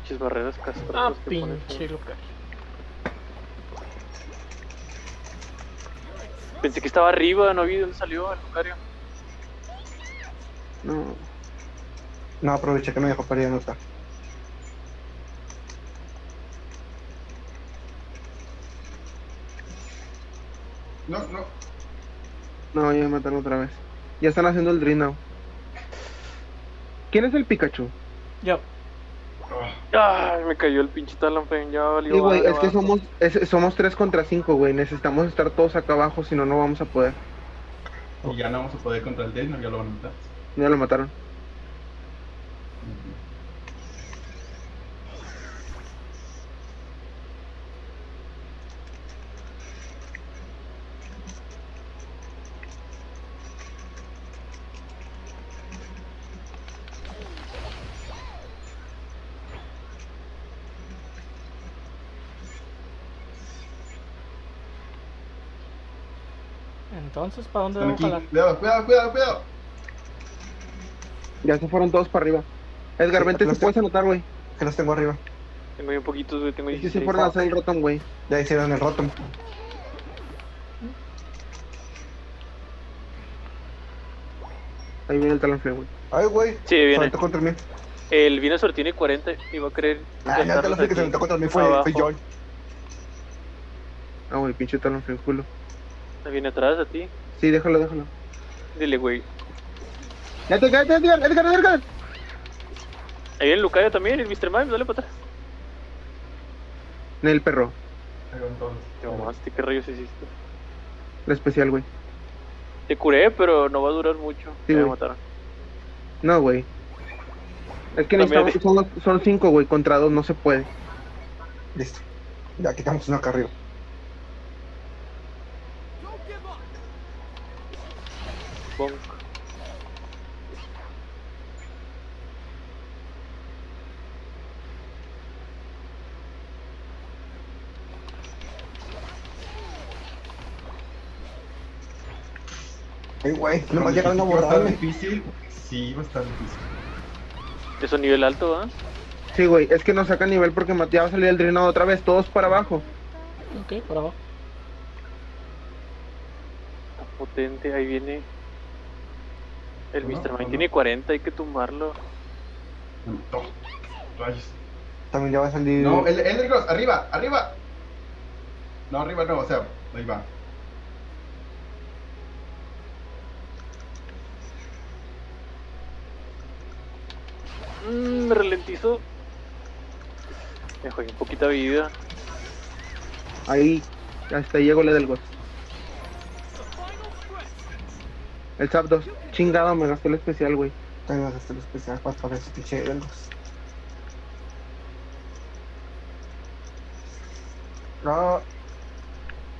Pinches barreras
Ah,
castrosas que ponen.
pinche Lucario.
Pensé que estaba arriba, no vi dónde salió el Lucario.
No.
No, aproveché que me dejó para ir a anotar.
No, no.
No, ya me mataron otra vez. Ya están haciendo el Dream Now. ¿Quién es el Pikachu?
Yo.
Ah,
Ay, me cayó el pinche Talonflame, ya valió.
Sí, güey,
madre,
es que
va.
somos, es- somos 3 contra 5, güey. Necesitamos estar todos acá abajo, si no, no vamos a poder.
Y ya no vamos a poder contra el Deathknock, ya lo van a matar.
Ya lo mataron.
Entonces, ¿para dónde
Están
vamos a
aquí.
jalar?
Cuidado, cuidado, cuidado, cuidado.
Ya se fueron todos para arriba. Edgar,
Sí,
vente si
los-
puedes anotar, güey.
Que los tengo arriba.
Tengo bien poquitos, güey, tengo
Es que se
16.
fueron a hacer el rotom, güey.
Ya hicieron el rotom.
Ahí viene el Talonflame, güey.
Ay, güey.
Sí, viene.
Saltó contra mí.
El Venusaur tiene 40 y va a querer.
Ah, no te lo
intentarlos
sé que se
aquí.
aventó contra mí. Fue,
Abajo.
fue John.
Ah, güey, pinche Talonflame, culo.
Viene atrás a ti.
Sí, déjalo, déjalo.
Dile, güey.
Ya te cállate, Edgar, Edgar, Edgar.
Ahí viene el Lucario también, el Mr. Mime, dale para atrás.
En el perro,
Ahí van todos.
Te mamaste, qué rayos hiciste.
el especial, güey.
Te curé, pero no va a durar mucho. Te
Sí, güey.
mataron.
No, güey. Es que
También-
necesitamos, son, son cinco, güey, contra dos, no se puede.
Listo. Ya quitamos uno acá arriba.
Bonk.
Ay, güey.
No
Nomás llegaron a
¿Va a estar
borrarme.
difícil? Sí, va a estar difícil.
Eso es nivel alto, ¿ah?
Sí, güey, es que nos saca nivel porque Mat- ya va a salir el drenado otra vez, todos para abajo.
Ok, por abajo.
Está potente, ahí viene. El
Uno,
Mr. Mime
uno.
tiene 40, hay que tumbarlo.
No. Rayos.
También ya va a salir.
No, el, el Elder Cross, arriba, arriba. No, arriba no, o sea, ahí va.
Mm, me ralentizó. Me jodí un poquita vida.
Ahí, hasta ahí llegó la del God. El Zap 2, chingado, me gasté el especial, güey.
También vas a hacer el especial cuatro veces, pinche Elgos. No,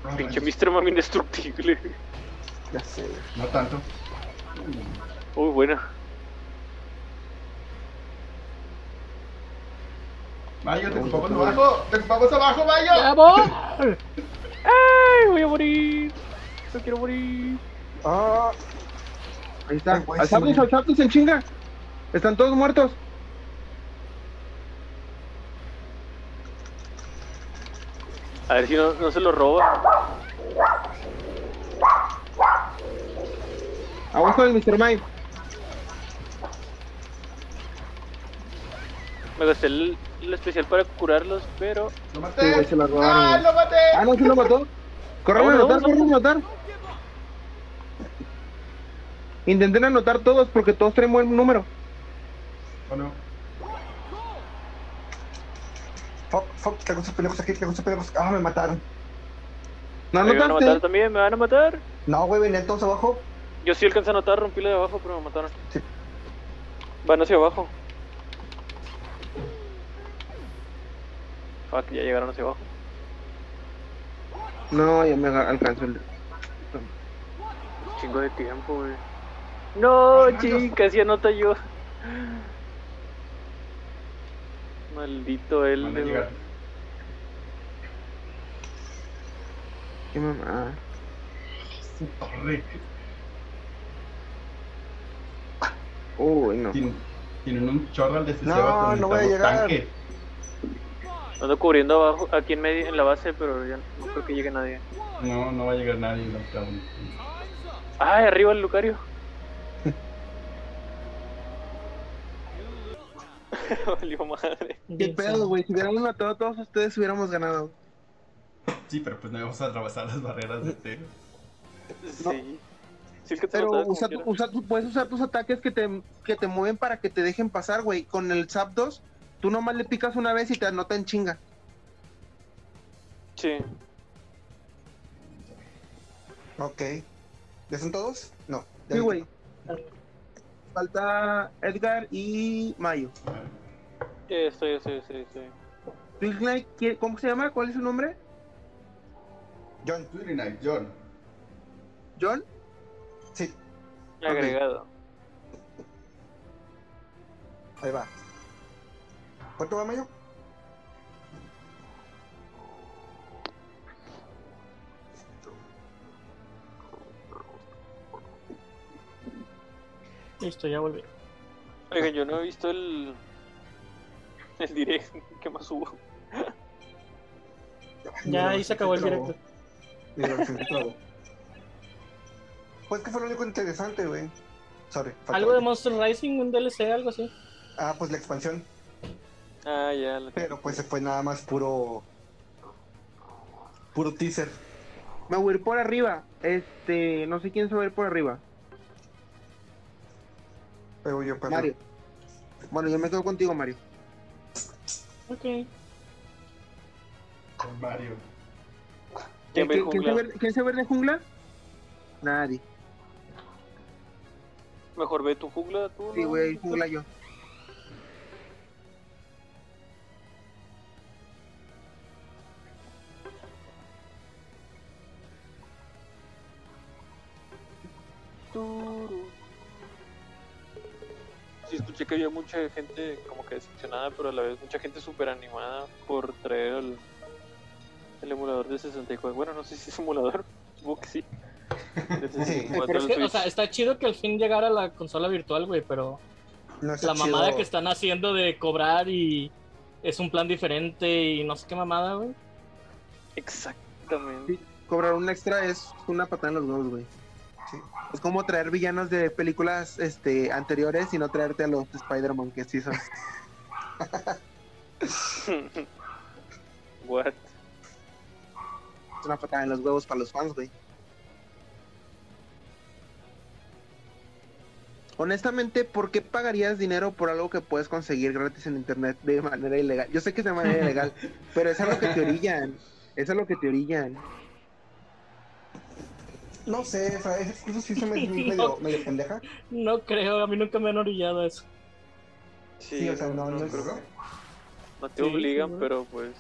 Ah,
Pinche
rayos,
Mr. Mime indestructible.
ya sé.
No tanto.
Uy, buena.
Mayo, te ocupamos abajo. Te ocupamos abajo, Mayo.
¡Vamos!
¡Ay, voy a morir! No quiero morir.
Ah,
Ahí está.
Ay, güey,
al
sí,
Zap 2,
güey.
al Zap 2, en chinga. Están todos muertos.
A ver si no, no se lo roba.
Aguas con el Mr. Mime.
Me gasté el, el especial para curarlos, pero.
Lo
Sí,
maté.
güey, se la robaron,
ah,
güey.
lo maté.
Ah, no, se lo mató. Corramos a
Vámonos,
anotar,
vámonos.
corramos a anotar. Intenten anotar todos porque todos traen buen número.
¿O no?
fuck, fuck, tengo esos pendejos aquí, tengo esos pendejos. Ah, me mataron.
¿No
Me van a matar
anotaste?
también, me van a matar.
No, güey, venían todos abajo.
Yo sí alcancé a notar, rompí la de abajo, pero me mataron.
Sí.
Van hacia abajo. Fuck, ya llegaron hacia abajo.
No, ya me aga- alcanzó el.
Chingo de tiempo, güey. No,
Dios.
chica, si anota yo. Maldito él.
Van a
güey.
llegar.
Qué mamada.
Su torre.
Uy, no.
Tienen, tienen un chorro al de este
No,
vato,
no voy a
necesitamos
llegar.
Tanque.
Ando cubriendo abajo, aquí en medio, en la base, pero ya no creo que llegue nadie.
No, no va a llegar nadie. No, cabrón.
¡Ay, Ah, arriba el Lucario! Valió madre.
¿Qué pedo, güey? Si hubiéramos matado a todos ustedes, hubiéramos ganado.
Sí, pero pues no íbamos a atravesar las barreras de Teo.
Sí. Sí, es que te
Pero
mataba como
usa, tu-
quiera.
usa tu- puedes usar tus ataques que te, que te mueven para que te dejen pasar, güey. Con el Zapdos, tú nomás le picas una vez y te anotan chinga.
Sí.
Ok. ¿Ya son todos? No. ya
Sí,
vi-
güey. Falta Edgar y Mayo.
Eh, Estoy, estoy, estoy, estoy.
Twig Knight, ¿qué- ¿cómo se llama? ¿Cuál es su nombre?
John,
Twitter Night, John.
¿John?
sí,
Agregado.
ahí va. ¿Cuánto va, Mayo?
Listo, ya volví.
Oigan, yo no he visto el. El direct que más hubo.
Ya ahí se acabó el directo.
directo. Pues que fue lo único interesante, güey. Sorry. faltó
Algo de
algo.
Monster Rising, un DLC, algo así.
Ah, pues la expansión.
Ah, ya. la-
Pero pues fue nada más puro. Puro teaser.
Me voy a ir por arriba. Este, no sé quién se va a ir por arriba.
Pero yo, pero.
Mario. Bueno, yo me quedo contigo, Mario.
Ok.
Con Mario.
¿Quién
Eh,
ve
¿Quién, quién se
jungla?
ve- quién se va a ir de jungla? Nadie.
Mejor ve tu jungla, tú.
Sí,
¿no?
voy a ir jungla yo.
Turu. Sí, escuché que había mucha gente como que decepcionada, pero a la vez mucha gente súper animada por traer el, el emulador de 64. Bueno, no sé si es emulador, supongo que sí. De 64
Pero es
al
que, o
Switch.
sea, está chido que al fin llegara la consola virtual, güey, pero
No está
la mamada
chido.
que están haciendo de cobrar y es un plan diferente y no sé qué mamada, güey.
Exactamente.
Sí, cobrar un extra es una patada en los huevos, güey.
Sí.
Es como traer villanos de películas este, anteriores y no traerte a los de Spider-Man que sí son.
What?
Es una patada en los huevos para los fans, güey. Honestamente, ¿por qué pagarías dinero por algo que puedes conseguir gratis en internet de manera ilegal? Yo sé que es de manera ilegal, pero es algo que te orillan. Es algo que te orillan.
No sé, o sea, esa excusa sí se me hizo medio, medio pendeja.
No creo, a mí nunca me han orillado a eso.
Sí,
Sí, o sea, no, no,
creo que-
no te
Sí,
obligan,
sí, güey.
pero pues.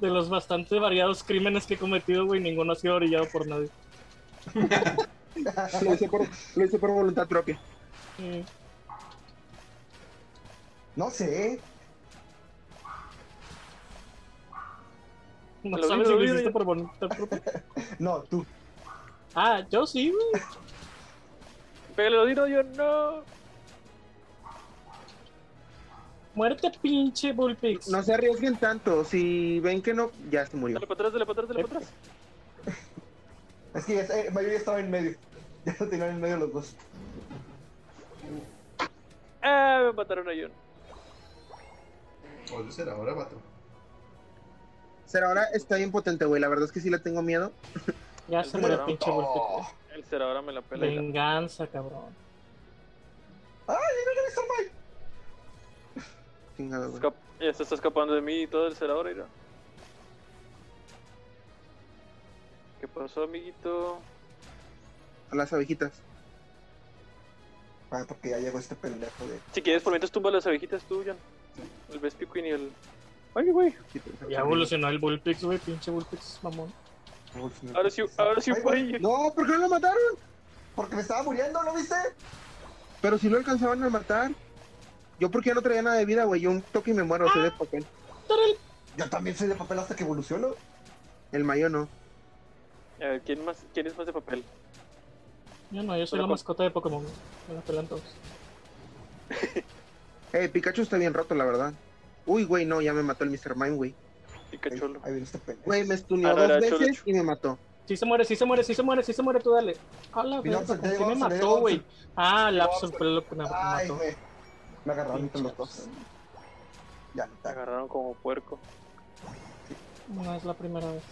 De los bastante variados crímenes que he cometido, güey, ninguno ha sido orillado por nadie.
Lo hice por, lo hice por voluntad propia.
Mm.
no sé.
No
Lo
sabes
vi,
si
lo
lo
vi,
hiciste
güey.
por voluntad propia.
No, tú.
Ah, yo sí, güey.
Pero dino yo no.
Muerte, pinche Bullpix.
No se arriesguen tanto. Si ven que no, ya se murió.
Dale para atrás, dale para atrás, dale para atrás.
Es que ya, eh, Mayo ya estaba en medio. Ya lo tenían en medio los dos.
Ah, me mataron a John.
¿Cuál será ahora, vato?
Será ahora está bien potente, güey. La verdad es que sí le tengo miedo.
Ya se murió,
Muerto.
pinche Bullpix.
El ser ahora me la pela. y la-
Venganza, cabrón.
¡Pero está Mayo!
Chingado, güey.
Escap- ya se está escapando de mí y todo el ser ahora, mira. ¿Qué pasó, amiguito?
A las abejitas.
Ah, porque ya llegó este pendejo de.
Si quieres, por mientras tumba las abejitas tú, John. El Best Queen y el. Ay, güey.
Ya evolucionó el Bullpix, güey, pinche Bullpix, mamón.
Ahora sí, ahora sí,
Ay,
güey.
No, ¿por qué no lo mataron?
Porque me estaba muriendo, ¿no viste?
Pero si lo alcanzaban a matar. Yo porque ya no traía nada de vida, güey. Yo un toque y me muero, soy de papel.
Yo también soy de papel hasta que evoluciono.
El mayo no.
A ver, ¿quién, más, ¿quién es más de papel?
Yo no, yo soy
Pero
la
con-
mascota de Pokémon. güey. Me la pelan todos.
Eh, Pikachu está bien roto, la verdad. Uy, güey, no, ya me mató el Mr. Mime, güey.
Picacholo.
Ahí viene este pendejo.
Güey, me stuneó
Ah, no,
dos
era
veces
Cholo.
y me mató.
Sí se muere, sí se muere, sí se muere, sí se muere, tú dale. A la
Mira,
verga,
pues,
¿sí me
Devon,
mató,
Devon.
güey? Ah, Lapsus fue lo que me
Ay,
mató.
güey. Me agarraron entre los
Pinches.
dos. Ya,
Me
ya.
agarraron como puerco.
No es la primera vez.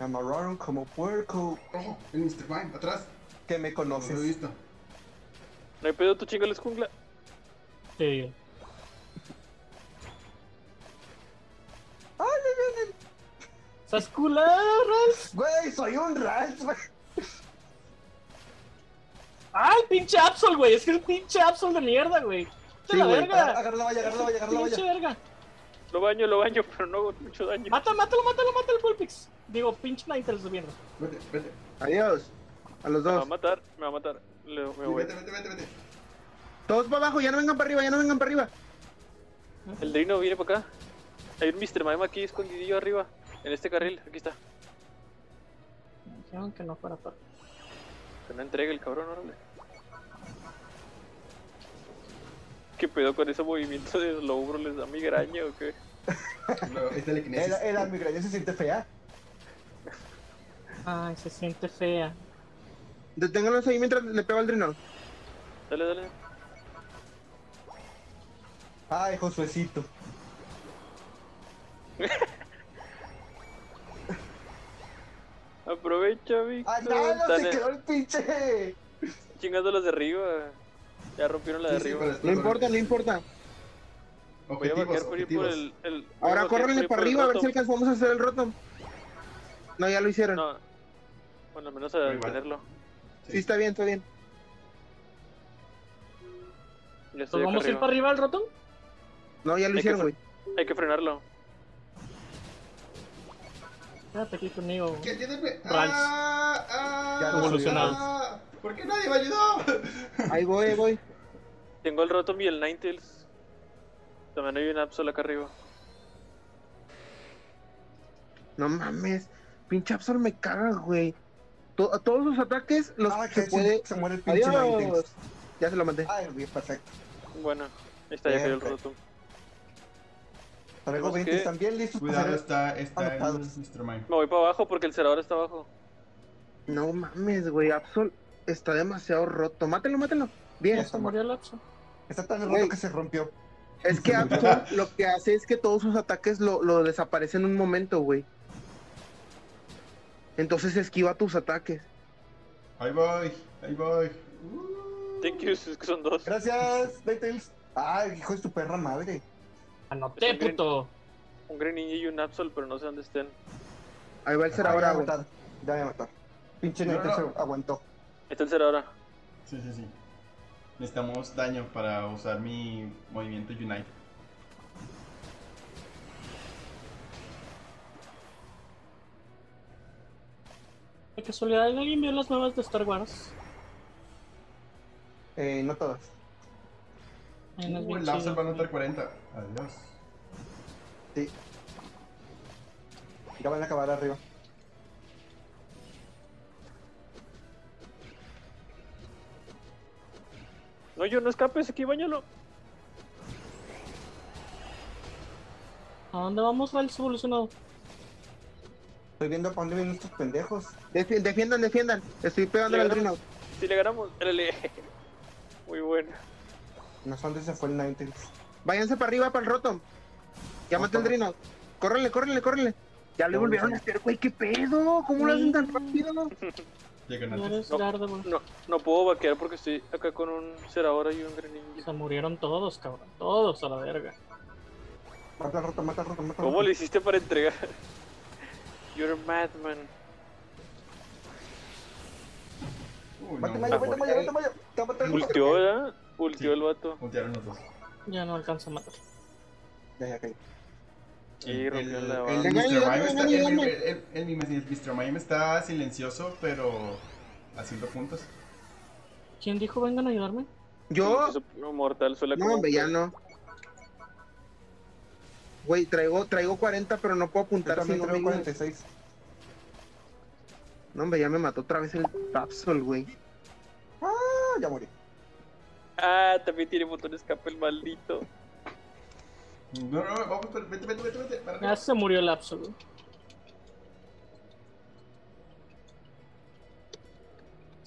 Me amarraron como puerco.
Ojo, el Mr. Mime, atrás.
Que me
No lo he
conoces.
visto.
No hay pedo, tú chingales jungla.
Sí. ¡Sas culeras!
Güey, soy un ras, güey.
¡Ay, pinche Absol, güey! Es que es un pinche Absol de mierda, güey. ¡De
Sí,
la
güey,
verga!
Agarra la valla, agarra la valla, agarra la
¡Pinche
valla.
verga!
Lo baño, lo baño, pero no hago mucho daño.
Mata, mátalo, mátalo, mátalo, Pulpix. Digo, pinche Ninetales de mierda.
Vete, vete.
Adiós. A los
Me va a
dos.
matar, me va a matar. Le- me
Sí,
voy.
Vete, vete, vete, vete.
Todos para abajo, ya no vengan para arriba, ya no vengan para arriba.
El Drino viene para acá. Hay un Mr. Mime aquí escondidillo arriba. En este carril, aquí está.
Me Dijeron que no fuera para.
Que no entregue el cabrón, órale. ¿Qué pedo con ese movimiento de slow, bro? ¿Les da migraña o qué?
Luego, es telequinesis.
El, el almigraño se siente fea.
Ay, se siente fea.
Deténganlos ahí mientras le pego al drino.
Dale, dale.
Ay, Josuecito.
Aprovecha, Víctor.
Ay, Ah, no, no se
Dale,
quedó el pinche.
chingando las de arriba. Ya rompieron la de
Sí, sí,
arriba.
para-
No importa, no importa.
Voy a
Objetivos,
vaquear por ir por
objetivos.
el. el- voy
Ahora
a vaquear por
córrenle
ir por
para
el
arriba a ver
rotom.
si alcanzamos a hacer el rotom. No, ya lo hicieron.
No. Bueno, al menos a
Igual.
tenerlo.
Sí, está bien, está bien.
Ya
¿Nos
estoy acá
vamos a ir
arriba.
para arriba al Rotom?
No, ya
Hay
lo
que
hicieron,
fre-
güey.
Hay que frenarlo.
Quédate aquí conmigo. güey.
¿Qué tiene? pe-
Rals.
Ah, ah,
Ya
evolucionados.
ah, ¿Por qué nadie me ayudó?
Ahí voy, ahí voy.
Tengo el Rotom y el Ninetales. También hay un Absol acá arriba.
No mames. Pinche Absol me caga, güey. To- a todos sus ataques los
Ah,
se
que
puede.
se muere el pinche Ninetales.
Adiós. Ya se lo mandé.
Ay, bien, perfecto.
Bueno, ahí está, ya cayó el
Bien,
Rotom. Tenemos
Traigo 20
que-
están bien listos para
Cuidado,
hacer
está, está el
Anotados.
Mr. Mime.
Me voy para abajo porque el cerador está abajo.
No mames, güey. Absol está demasiado roto. Mátelo, mátelo.
Ya
Bien.
Se murió el Absol.
Está tan roto
Güey.
que se rompió.
Es que Absol lo que hace es que todos sus ataques lo, lo desaparecen en un momento, güey. Entonces esquiva tus ataques.
Ahí voy, ahí voy. Uh,
Thank you, es que son dos.
Gracias, Ninetales. Ay, hijo de tu perra madre.
Anoté,
Está bien.
puto.
Un Green Ninja y un Absol, pero no sé dónde estén.
Ahí va el ser
Ya voy
ahora,
a
güey.
matar. Ya voy a matar. Pinche
No,
Ninetales
no.
se aguantó.
Ahí Está el cerador.
Sí, sí, sí. Necesitamos daño para usar mi movimiento Unite.
De casualidad, ¿alguien vio las nuevas de Star Wars?
Eh, no todas.
Ay, no es
Uh,
bien
el Absol
chido.
va a anotar 40. Adiós.
Sí. Ya van a acabar arriba.
No, yo no escapes, aquí bañalo.
¿A dónde vamos, Rals evolucionado?
Estoy viendo para dónde vienen estos pendejos.
Defi- defiendan, defiendan. Estoy pegando al
Llegaron.
drino.
Si le ganamos, dale. Muy bueno.
No sé dónde se fue el Ninetales.
Váyanse para arriba, para el roto. Ya maté el drino. Córrele, córrele, córrele. Ya le volvieron a hacer, güey. ¿Qué pedo? ¿Cómo lo hacen tan rápido?
Llegan
Ya
antes.
eres
No.
Daredevil.
No, no puedo vaquear porque estoy acá con un cerador y un Green Ninja.
Se murieron todos, cabrón. Todos a la verga.
Mata roto, mata roto, mata
¿Cómo
roto.
le hiciste para entregar? You're a madman.
Uy,
Vete,
no.
Mayo, vete, Mayo, vete, Mayo. Te va a matar el-
Ultió, ¿verdad? Ultió
Sí.
el vato.
Puntearon los dos.
Ya no alcanzo a matar.
Ya, ya, caí.
Y
el,
rompió
el-
la
el
banda.
Venga,
Mr.
ayúdame,
Mime está-
ayúdame,
el-
ayúdame.
el- el- el Mr. Mime está silencioso, pero haciendo puntos.
¿Quién dijo vengan a ayudarme?
Yo.
Hizo puro mortal, suele
No, hombre, ya no. Güey, traigo, traigo 40, pero no puedo
Yo
apuntar si
también
no me...
traigo 46.
No, hombre, ya me mató otra vez el Absol, güey.
Ah, ya morí.
Ah, también tiene botón de escape el maldito.
No, no, no, vamos, con- vete, vete, vete, vete. para
Ya
arriba.
Ah, se murió el Absolute.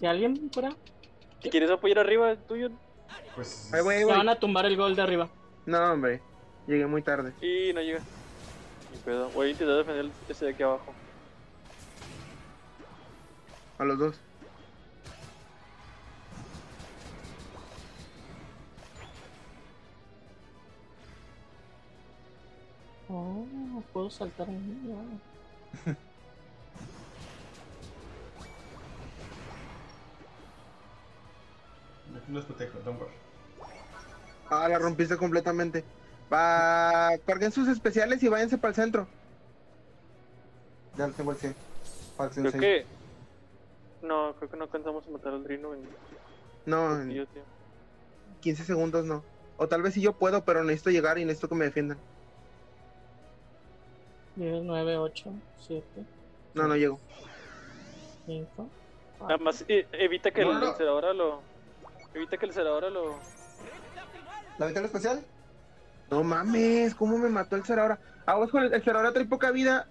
¿Y alguien fuera?
Si quieres apoyar arriba, tuyo.
Pues.
Ay, güey,
Se
güey.
van a tumbar el gol de arriba.
No, hombre. Llegué muy tarde.
Y no llega. Ni pedo. Voy a intentar defender ese de aquí abajo.
A los dos.
Oh, puedo saltar un muro.
Yo los protejo, don't worry.
Ah, la rompiste completamente. Va, carguen sus especiales y váyanse para el centro.
Ya lo tengo al 100. Al 100,
Creo que. No, creo que no alcanzamos a matar al Drino en
No, en
tío, tío.
15 segundos no. O tal vez si yo puedo, pero necesito llegar y necesito que me defiendan.
10, 9, 8, 7,
No, no llego.
5.
Nada más eh, evita que
No,
el
no.
ceradora lo. Evita que el ceradora lo.
¿La ventana especial?
No mames, ¿cómo me mató el Cerahora? Aguas pues, con el, el Cerahora trae poca vida.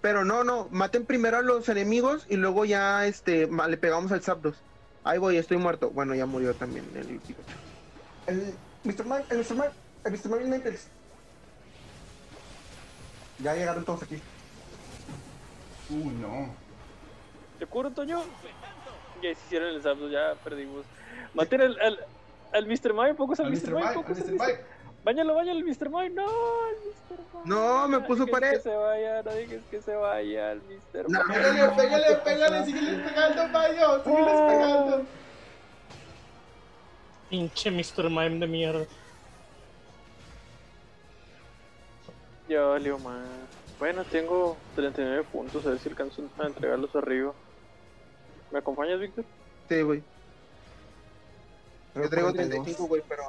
Pero no, no, maten primero a los enemigos y luego ya este ma- le pegamos al Zapdos. Ahí voy, estoy muerto. Bueno, ya murió también el Pikachu.
El Mr. Man, el Mr. Man, el Mr. Marvel Naples. Ya llegaron todos aquí.
Uh, no.
¿Te curo, Toño? Ya se hicieron el Zapdos, ya perdimos. Maten al, al, al Mr. Mime, pocos al
Al
Mr.
Mr.
Mime,
Mike,
pocos
al
al
Mr. Mike.
Báñalo, báñalo, el Mr. Mime. No, el Mr. Mime.
No, me puso
Dejes
pared.
Que se vaya, no dejes que se vaya el Mr.
No.
Mime.
Pégale, pégale, pégale, sígueles pegando, Mayo, sígueles pegando.
Pinche Mr. Mime de mierda.
Ya valió más. Bueno, tengo 39 puntos, a ver si alcanzo a entregarlos arriba. ¿Me acompañas, Víctor?
Sí, güey. pues, Yo traigo
42.
35, güey, pero.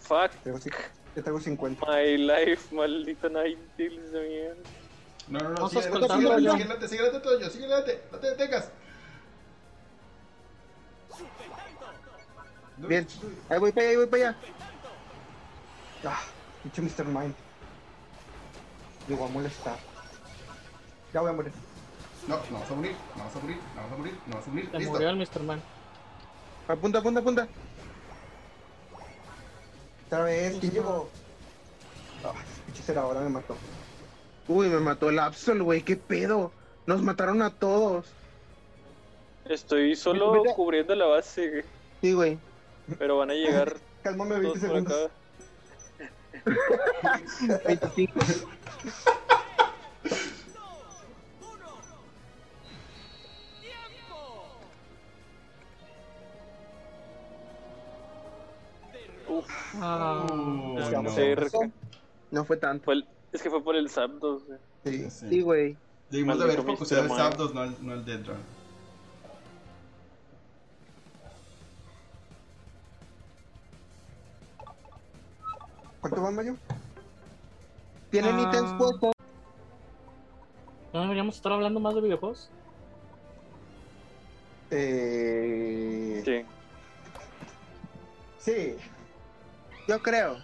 Fuck
Traigo cinc- Yo traigo 50.
my life, maldito Ninetales de mierda.
No, no, no,
Vamos
síguele,
escoltando
síguele,
ya.
síguele, síguele, síguele, Toño, síguele, adelante, no te detengas. No,
Bien.
no, no.
Ahí voy para allá, ahí voy para allá.
Ah, pinche Mr. Mind. Lo voy a molestar. Ya voy a morir.
No, no vas a morir, no vas a morir, no vas a morir, no vas a morir.
Se
Listo.
murió el Mr. Mime.
Apunta, apunta, apunta.
Otra vez, ¿quién llegó? Ah, pinche ser ahora me mató.
Uy, me mató el Absol, güey, qué pedo. Nos mataron a todos.
Estoy solo
Mira.
cubriendo la base, güey,
Sí, güey.
pero van a llegar
Cálmame
todos
20
por acá.
segundos.
25.
Uf,
Ah,
Uh,
tan
no.
cerca.
No fue tanto.
Fue el- es que fue por el Zapdos, güey.
Sí.
Sí,
Sí.
güey.
Debimos de haber
Maldito
focusado el
Mr.
Zapdos, no el, no el Dedron.
¿Cuánto van, Mayo?
Tienen
Ah.
ítems puestos.
¿No deberíamos estar hablando más de videojuegos?
Eh...
Sí.
Sí.
Yo creo.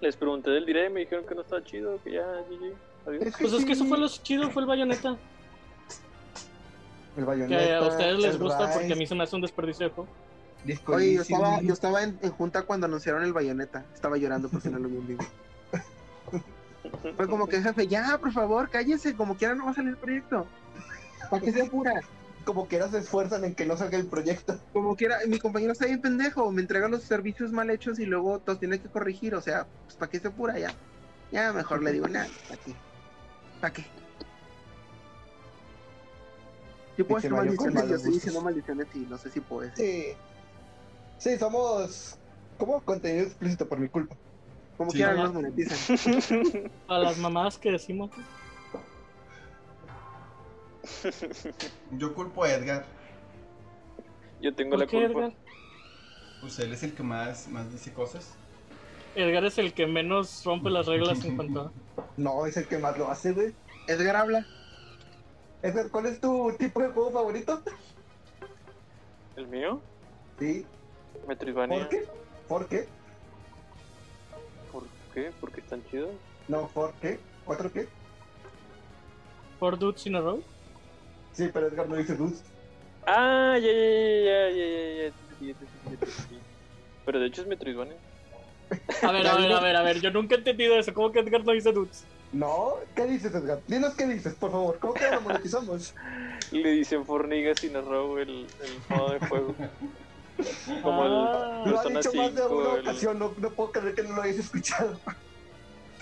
Les pregunté del direct y me dijeron que no estaba chido, que ya, GG. Adiós.
Pues es que eso
sí.
fue lo chido, fue el bayoneta.
El
Que
bayoneta,
a ustedes les
el
gusta
Rise,
porque a mí se me hace un desperdicio de juego.
Disco
Oye, yo
Elysium.
estaba, yo estaba en, en junta cuando anunciaron el bayoneta. Estaba llorando porque no lo vi en vivo. Fue como que jefe, ya, por favor, cállese, como quiera no va a salir el proyecto. ¿Para qué se apura?
Como que ahora se esfuerzan en que no salga el proyecto.
Como quiera, mi compañero está bien pendejo, me entrega los servicios mal hechos y luego todos tienen que corregir, o sea, pues ¿para qué se apura ya? Ya, mejor le digo, nada, ¿para qué? ¿Para qué? Yo puedo
Dice
hacer
Mario con
maldiciones, yo
malos
estoy diciendo
gustos.
maldiciones y no sé si puedo decir.
Sí. Sí, somos. Como contenido explícito por mi culpa.
Como
Sí.
quieran,
Ya.
nos monetizan.
A las mamadas que decimos.
Yo culpo a Edgar,
Yo tengo la
¿Por qué
culpa.
Edgar?
pues él es el que más, más dice cosas.
Edgar es el que menos rompe las reglas en cuanto a...
No, es el que más lo hace, güey.
Edgar habla.
Edgar, ¿cuál es tu tipo de juego favorito?
¿El mío?
¿Sí?
Metroidvania.
¿Por qué? ¿Por qué?
¿Por qué? ¿Por qué es tan chido?
No, ¿por qué? ¿Otro qué?
¿Por dudes in a row?
Sí, pero Edgar no dice Dust.
Ah, ya, ya, ya, ya, ya, ya, ya, sí, sí, sí, sí, sí, sí. Pero de hecho es Metroidvania.
A ver, a ver, a ver, a ver. Yo nunca he entendido eso. ¿Cómo que Edgar no dice dudes?
No, ¿qué dices, Edgar? Dinos qué dices, por favor. ¿Cómo que lo monetizamos?
Le dicen Forniga sin arrow el, el modo de juego. Como
Ah.
el
Lo ha
Persona
dicho más de
5,
una
el,
ocasión. No, no puedo creer que no lo hayas escuchado.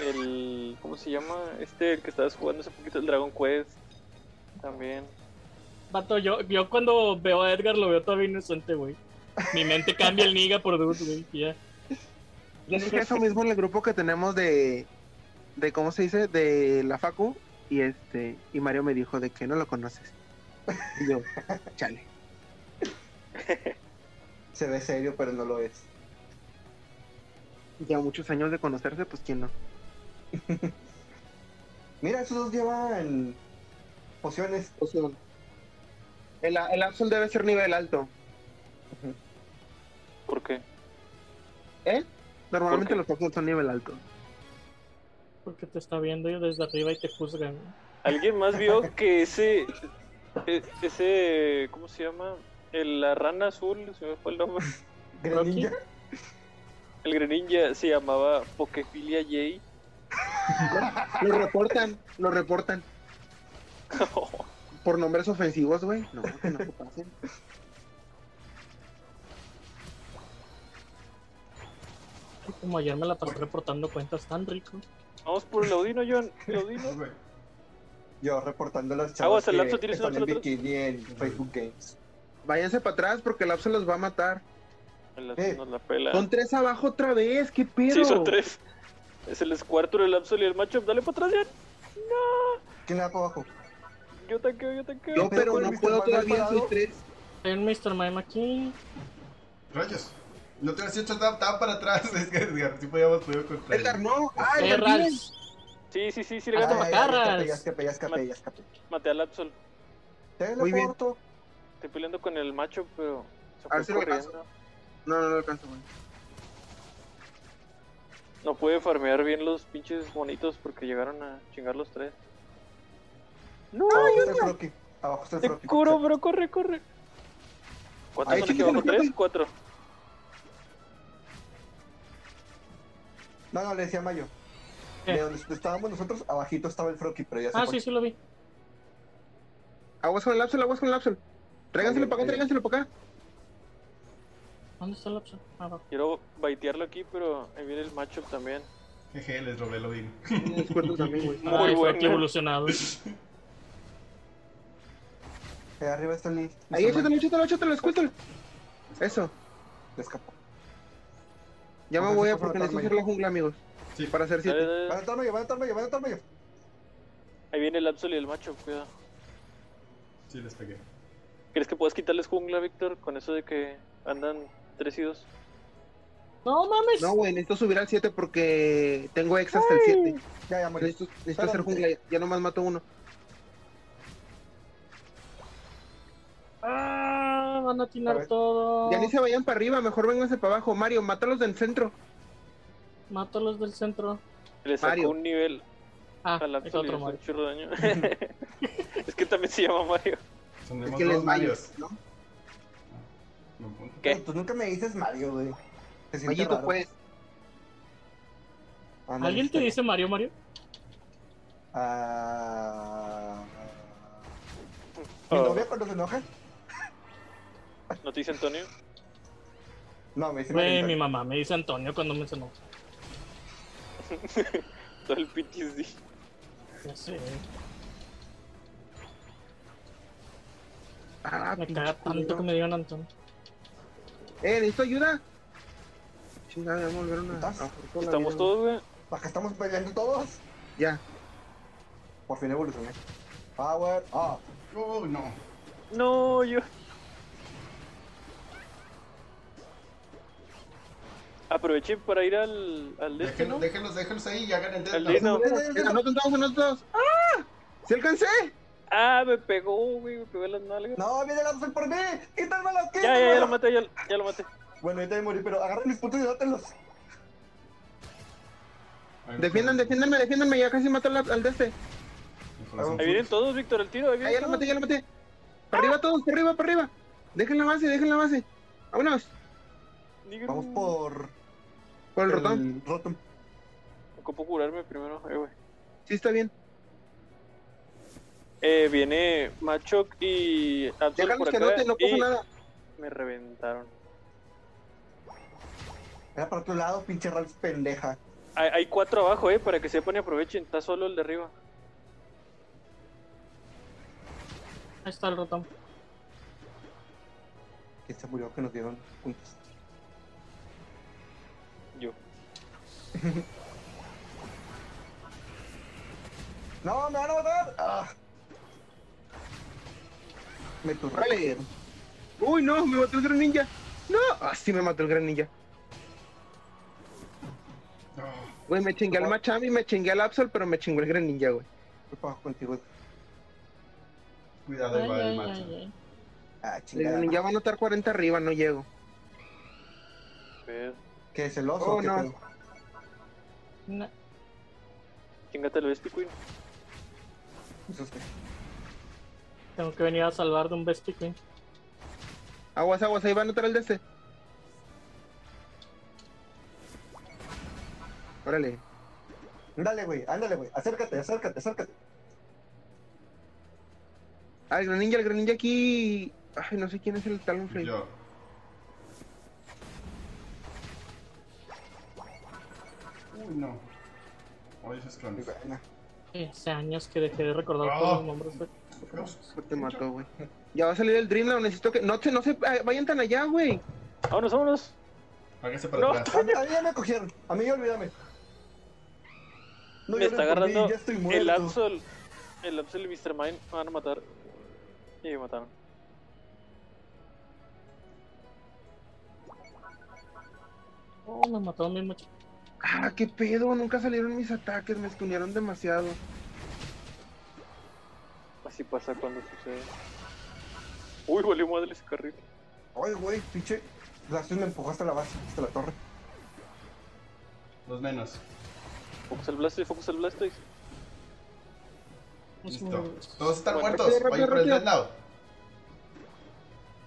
el- ¿Cómo se llama? Este, el que estabas jugando hace poquito, el Dragon Quest. También.
Vato, yo, yo cuando veo a Edgar lo veo todavía inocente, güey. Mi mente cambia el niga por dudes, güey. y Ya.
Yo dije eso mismo en el grupo que tenemos de, de ¿cómo se dice? De la Facu. Y este, y Mario me dijo de que no lo conoces. Y yo, chale.
Se ve serio, pero no lo es.
Ya muchos años de conocerse, pues quién no.
Mira, esos dos llevan pociones.
O sea, el, el Absol debe ser nivel alto.
¿Por qué?
¿Eh? Normalmente
¿Por
los Absol son nivel alto.
Porque te está viendo yo desde arriba y te juzgan.
¿Alguien más vio que ese. e- Ese. ¿Cómo se llama? El- la rana azul, se me fue el nombre.
Greninja.
El Greninja se llamaba Pokefilia J.
Lo reportan, lo reportan. Por nombres ofensivos, güey. No, que no te pasen.
Como ayer me la pasé reportando cuentas tan rico.
Vamos por el Audino, John. Laudino.
No, güey.
Yo reportando las
Aguas,
chavas
el
que
lapso, tienes
están
un
en
lapso.
bikini en Facebook Games.
Váyanse para atrás porque el Absol los va a matar.
El
Eh,
Nos la pela.
Son tres abajo otra vez, qué pedo.
Sí, son tres. Es el Squirtle, el Absol y el Matchup. Dale para atrás, John.
¿Quién le da para abajo?
Yo tanqueo, yo tanqueo.
Yo, pero
Con
no
Mr.
puedo
Manuel
todavía, soy
parado.
tres.
Hay un Mr. Mime aquí.
Rayos. No te has hecho tap tap para atrás. Es que Edgar, sí podíamos poder contra él.
Edgar, no. Ah,
Eh,
Edgar, bien.
Rals.
Sí, sí, sí, sí, le
Ay,
gano.
Ah,
ay,
macarras.
escape, ya escape, ya escape, ya escape.
Maté al Absol.
Muy bien.
Teleporto.
Estoy peleando con el Matchup, pero. Se
A ver si
fue
lo
corriendo.
No, no lo alcanzo, güey.
No pude farmear bien los pinches bonitos porque llegaron a chingar los tres. No,
Abajo está el Froki. Abajo está el
Te
Froki.
curo, bro, corre, corre. ¿Cuántos
Ahí
son
sí
aquí
que
abajo?
lo
¿Tres?
meten.
¿Cuatro?
No, no, le decía Mayo.
¿Qué?
De donde estábamos nosotros, abajito estaba el Froki, pero ya se
Ah,
fue.
sí, sí lo vi.
Aguas con el Absol, aguas con el Absol. Tráiganselo
Ahí,
para
ahí.
acá, tráiganselo para acá.
¿Dónde está la opción? Ah, abajo.
Quiero baitearlo aquí, pero ahí viene el matchup también.
Jeje, les robé el Odín.
Los cuernos también, güey.
Muy
Ay, fue
bueno.
aquí evolucionado.
Ahí Eh, arriba está el.
Ahí, échatelo, échatelo, échatelo, escúchalo. Eso.
Le escapó.
Ya me
Ajá,
voy
sí,
a
por
porque
favor,
necesito hacer
Mario.
la jungla, amigos.
Sí.
Para hacer
Dale,
siete.
dale,
Van a
dale.
estar Mayo, van a estar Mayo, van a estar Mayo.
Ahí viene el Absol y el matchup, cuidado.
Sí, les pegué.
¿Crees que puedas quitarles jungla, Víctor? Con eso de que andan 3 y 2.
No mames.
No, güey, necesito subir al 7 porque tengo ex hasta el 7.
Ya, ya murió.
Necesito, necesito hacer jungla, ya- ya nomás mato uno.
Ah, van a
A
atinar
ver.
todo.
Ya ni se vayan para arriba, mejor vénganse para abajo. Mario, mátalos del centro.
Mato a los del centro.
Le sacó
Mario.
un nivel
Ah,
al
es
Absol y le hizo
otro
un
Mario.
churro de daño. es que también se llama Mario.
Es
Tenemos
que les
dos
mayo,
mayos.
¿no?
Buen punto.
¿Qué?
Güey, Tú Pues nunca me dices Mario, güey. Se siente
Mayito,
raro.
pues.
Ah, no,
¿Alguien te
espera.
dice Mario, Mario?
Ah. Mi
Oh.
novia cuando se enoja.
¿No te dice Oh, Antonio?
No, me dice
Güey,
Mario.
mi mamá me dice Antonio cuando me sonó.
Todo el PTSD.
Ya sé.
Ah,
Me
pinche
caga tanto que
culero.
me digan Antonio.
Eh, necesito ayuda. Chinga, me voy a volver una.
¿Estás?
a joder toda la
Estamos
vida,
todos, güey.
Acá estamos peleando todos.
güey. Ya.
Por fin evolucioné. Power up.
Oh, no.
No, yo. Aprovechen para ir al, al de este, ¿no?
Déjenlos, déjenlos, déjenlos ahí y hagan el
Al
dedo.
Dino.
Anotan todos, anotan todos. ¡Ah! ¡Sí alcancé!
Ah, me pegó, güey, me pegó en las nalgas.
No, viene la por mí. Quítamelo, quítamelo.
Ya, ya, ya lo maté, ya, lo- ya lo maté.
Bueno, ahorita me morí, pero agarren mis puntos y dátelos.
Defiendan, defiéndanme, defiéndanme. Ya casi mato al, al de este.
Ahí vienen todos, Víctor, el tiro, ahí
Ah, ya
vienen
lo
todos.
maté, ya lo maté. Para arriba todos, para arriba, para arriba. Dejen la base, dejen la base. Vámonos,
Digan,
Vamos
Mm.
por.
por el rotón.
Mm.
Rotom.
Ocupo curarme primero, eh, güey.
Sí, está bien.
Eh, viene Machok y Absol
Déjalos
por
que
acá.
noten, no pasa
y
nada.
me reventaron.
Era para otro lado, pinche Ralph pendeja.
Hay, hay cuatro abajo, eh, para que sepan y aprovechen. Está solo el de arriba.
Ahí está el rotón.
Que se murió que nos dieron puntos.
Yo.
¡No, me van a matar! ¡Ah! Me turré.
Uy, no, me mató el gran ninja. No, ah, sí me mató el gran ninja.
Ah,
Güey, me chingué al Machami, me chingué al Absol, pero me chingó el gran ninja, güey.
Voy para abajo contigo.
Cuidado, ahí
Ay,
va el
ay,
macho.
ay, ay.
Ah,
El
chingada.
gran ninja va a notar 40 arriba, no llego.
Ver.
¿Qué es el oso?
Oh,
¿Qué
no.
pedo?
No.
Chingate el Beast Queen.
Eso es que-
Tengo que venir a salvar de un Bestie Queen.
Aguas, aguas, ahí va a notar el de este. Órale.
Ándale, güey, ándale, güey. Acércate, acércate, acércate.
Ah, el gran ninja, el gran ninja aquí. Ay, no sé quién es el Talonflame.
Yo. Uy, no. Oye, esos
Y
clones.
bueno,
15 años que dejé de recordar
Ah.
todos los nombres. güey.
Pues Te mató, güey. Ya va a salir el Dreamland, necesito que. No se, no se. ah, Vayan tan allá, güey.
Vámonos, vámonos.
Hágase para
No.
atrás.
A mí, a mí Ah, ya me cogieron. A mí ya olvídame. No
me
llores
está
por mí,
agarrando
ya estoy muerto.
el Absol. El Absol y Mr. Mine me van a matar. Y me mataron.
Oh, me mató a mí, macho.
Ah, qué pedo, nunca salieron mis ataques, me stunearon demasiado.
Así pasa cuando sucede. Uy, valió madre ese carril.
Ay, güey, pinche. Gracias, me empujó hasta la base, hasta la torre.
Los menos.
Focus al Blastoise, focus al Blastoise.
No sé,
Listo.
güey.
Todos están
Bueno,
muertos.
rápido,
Vayan
rápido,
por el
rápido.
del lado.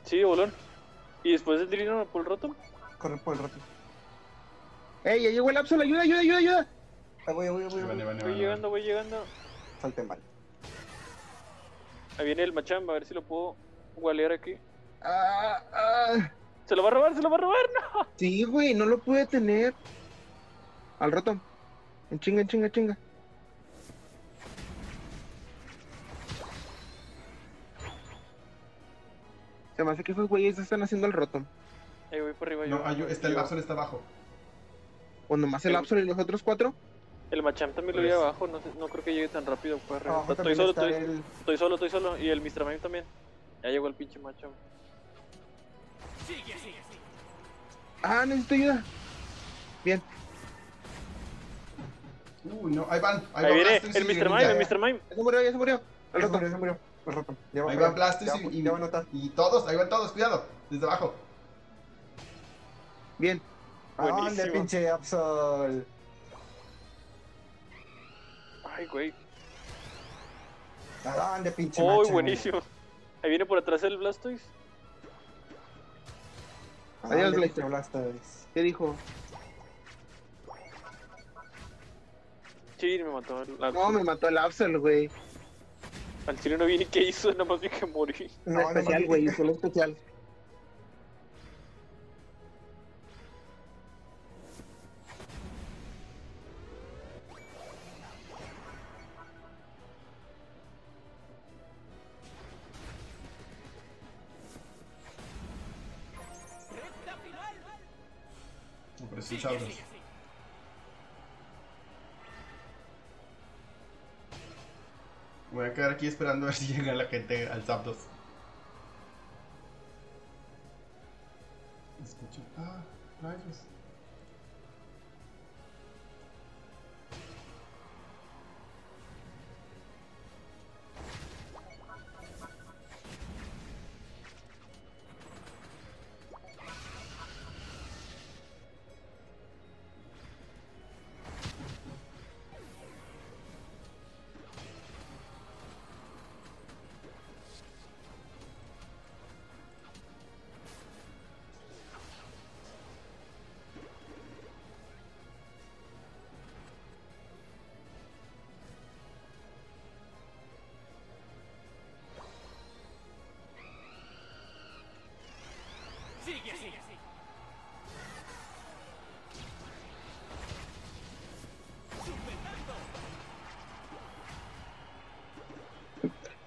Sí, bolón. Y después del Drino por el Rotom.
Corre por el rato.
Ey, ya llegó el Absol, ayuda, ayuda, ayuda, ayuda.
Ahí voy, ahí voy, ahí voy.
Ahí van, ahí van, ahí
Voy
van.
llegando, voy llegando.
Salte mal.
Ahí viene el Machamba, a ver si lo puedo gualear aquí.
Ah, ah.
Se lo va a robar, se lo va a robar. No.
Sí, güey, no lo pude tener. Al rato. En chinga, en chinga, en chinga. Se me hace que esos güeyes están haciendo el roto.
Ahí voy por arriba.
No,
yo.
hay- está el
Yo.
Absol está abajo.
O nomás el Absol y los otros cuatro.
El Machamp también lo vi
Pues-
abajo, no, sé- no creo que llegue tan rápido. Para arriba.
Abajo
estoy
también
solo,
está
estoy,
el.
estoy solo, estoy solo. Y el Mr. Mime también. Ya llegó el pinche Machamp.
Ah, necesito ayuda. Bien.
Uy, no. Ahí van. Ahí,
Ahí
va
viene
Blastoise
el
y
Mr.
Greninja.
Mime, el Mr. Mime.
Ya se murió, ya se murió. Al
Ya se
rato.
murió, se murió. El rato. Ya
Ahí
para
va
allá.
Blastoise
Ya va-
y, y-
Ya va a notar.
y todos. Ahí van todos. Cuidado. Desde abajo.
Bien.
Ah,
Buenísimo.
¡Ande, pinche Absol!
Ay, güey.
¿A dónde, pinche
Uy,
macho?
buenísimo. Ahí viene por atrás el Blastoise.
¿A
Adiós,
dónde,
Blaster.
pinche Blastoise?
¿Qué dijo?
Sí, me mató. el- la-
No, me mató el Absol, güey.
Al chile no vi ni qué hizo, nada más vi que morí.
Un especial,
no,
güey, solo especial.
No, Pero sí, sabros. Voy a quedar aquí esperando a ver si llega la gente al Zapdos. Escucho. Ah, rayos.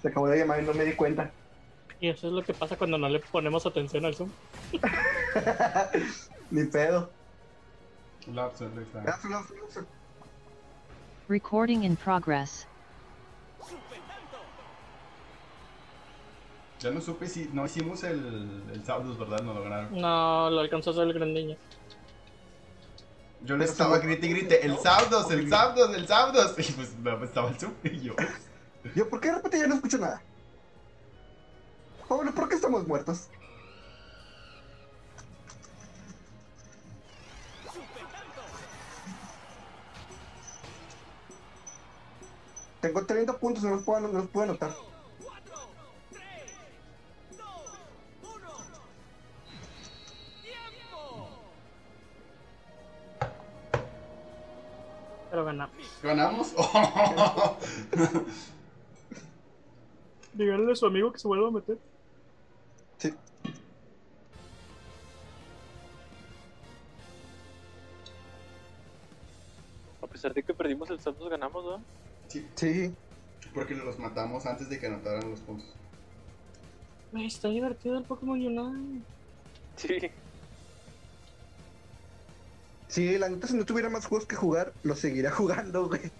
se acabó la llamada y no me di cuenta.
Y eso es lo que pasa cuando no le ponemos atención al Zoom.
Ni pedo.
Lapso, ahí está.
Ya, solo- solo- solo-
Recording in progress.
Ya no supe si no hicimos el, el Saudus, ¿verdad? No lograron.
No, lo alcanzó a hacer el gran niño.
Yo le estaba grite y grite, el Saudus, el Saudus, el Saudus. Y pues no, pues, estaba el super y yo.
Yo, ¿por qué de repente ya no escucho nada? Pablo, ¿por qué estamos muertos? Tengo 30 puntos, no los puedo, no los puedo anotar.
Pero gana.
¿Ganamos?
Díganle a su amigo que se vuelva a meter.
Sí.
A pesar de que perdimos el Santos, ganamos, ¿no?
sí,
Sí.
porque los matamos antes de que anotaran los puntos.
Güey, está divertido el Pokémon Unite.
Sí.
Sí, la neta, si no tuviera más juegos que jugar, los seguiría jugando, güey.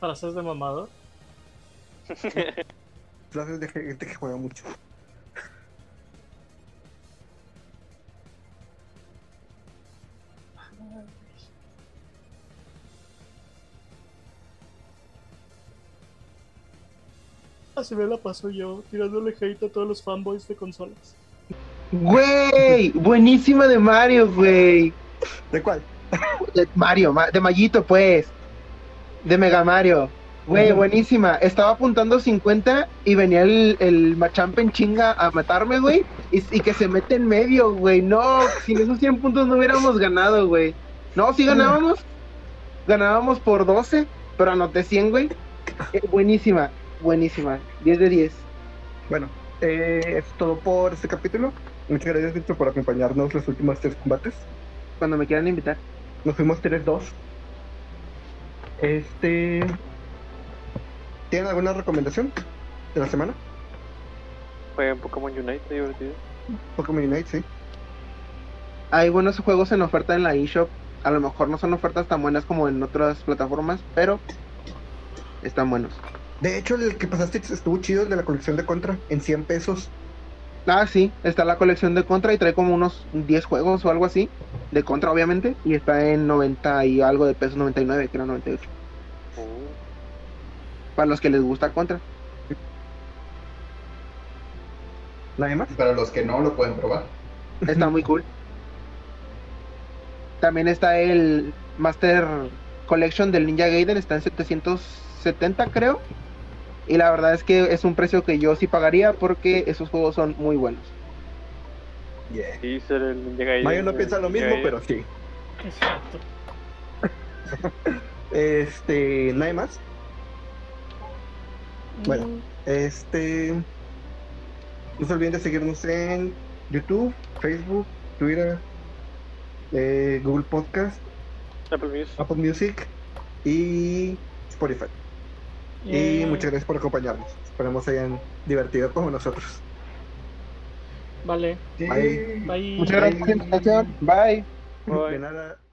Frases de mamado.
Frases de gente que juega mucho.
Así me la paso yo, tirándole hate a todos los fanboys de consolas.
Güey, buenísima de Mario, güey.
¿De cuál?
De Mario, ma- de Mayito, pues. De Mega Mario. Güey, buenísima. Estaba apuntando 50 y venía el, el Machamp en chinga a matarme, güey. Y, y que se mete en medio, güey. No, sin esos 100 puntos no hubiéramos ganado, güey. No, sí ganábamos. Ganábamos por 12, pero anoté 100, güey. Eh, buenísima, buenísima. 10 de 10.
Bueno, eh, es todo por este capítulo. Muchas gracias, Víctor, por acompañarnos los últimos tres combates.
Cuando me quieran invitar.
Nos fuimos 3-2. Este. ¿Tienen alguna recomendación de la semana?
Fue en Pokémon Unite, está divertido.
Pokémon Unite, sí.
hay buenos juegos en oferta en la eShop. A lo mejor no son ofertas tan buenas como en otras plataformas, pero están buenos.
De hecho, el que pasaste estuvo chido, el de la colección de Contra, en 100 pesos.
Ah, sí, está la colección de Contra y trae como unos 10 juegos o algo así. De Contra, obviamente. Y está en 90 y algo de pesos, 99, creo 98.
Oh.
Uh,
Para los que les gusta Contra.
¿La demás?
Y para los que no lo pueden probar.
Está muy cool. También está el Master Collection del Ninja Gaiden, está en 770 creo. Y la verdad es que es un precio que yo sí pagaría porque esos juegos son muy buenos.
Yeah.
sí, ser el Ninja Gaiden,
Mayo no
el
piensa lo
Ninja
mismo,
Gaiden.
pero sí.
Exacto.
Este, nada más. Bueno.
Mm,
Este. No se olviden de seguirnos en YouTube, Facebook, Twitter, eh, Google Podcast,
Apple Music.
Apple Music y Spotify. Y
eh,
muchas gracias por acompañarnos. Esperemos se hayan divertido como nosotros.
Vale,
Bye.
bye.
Muchas gracias por la invitación. Bye.
Bye.
De nada.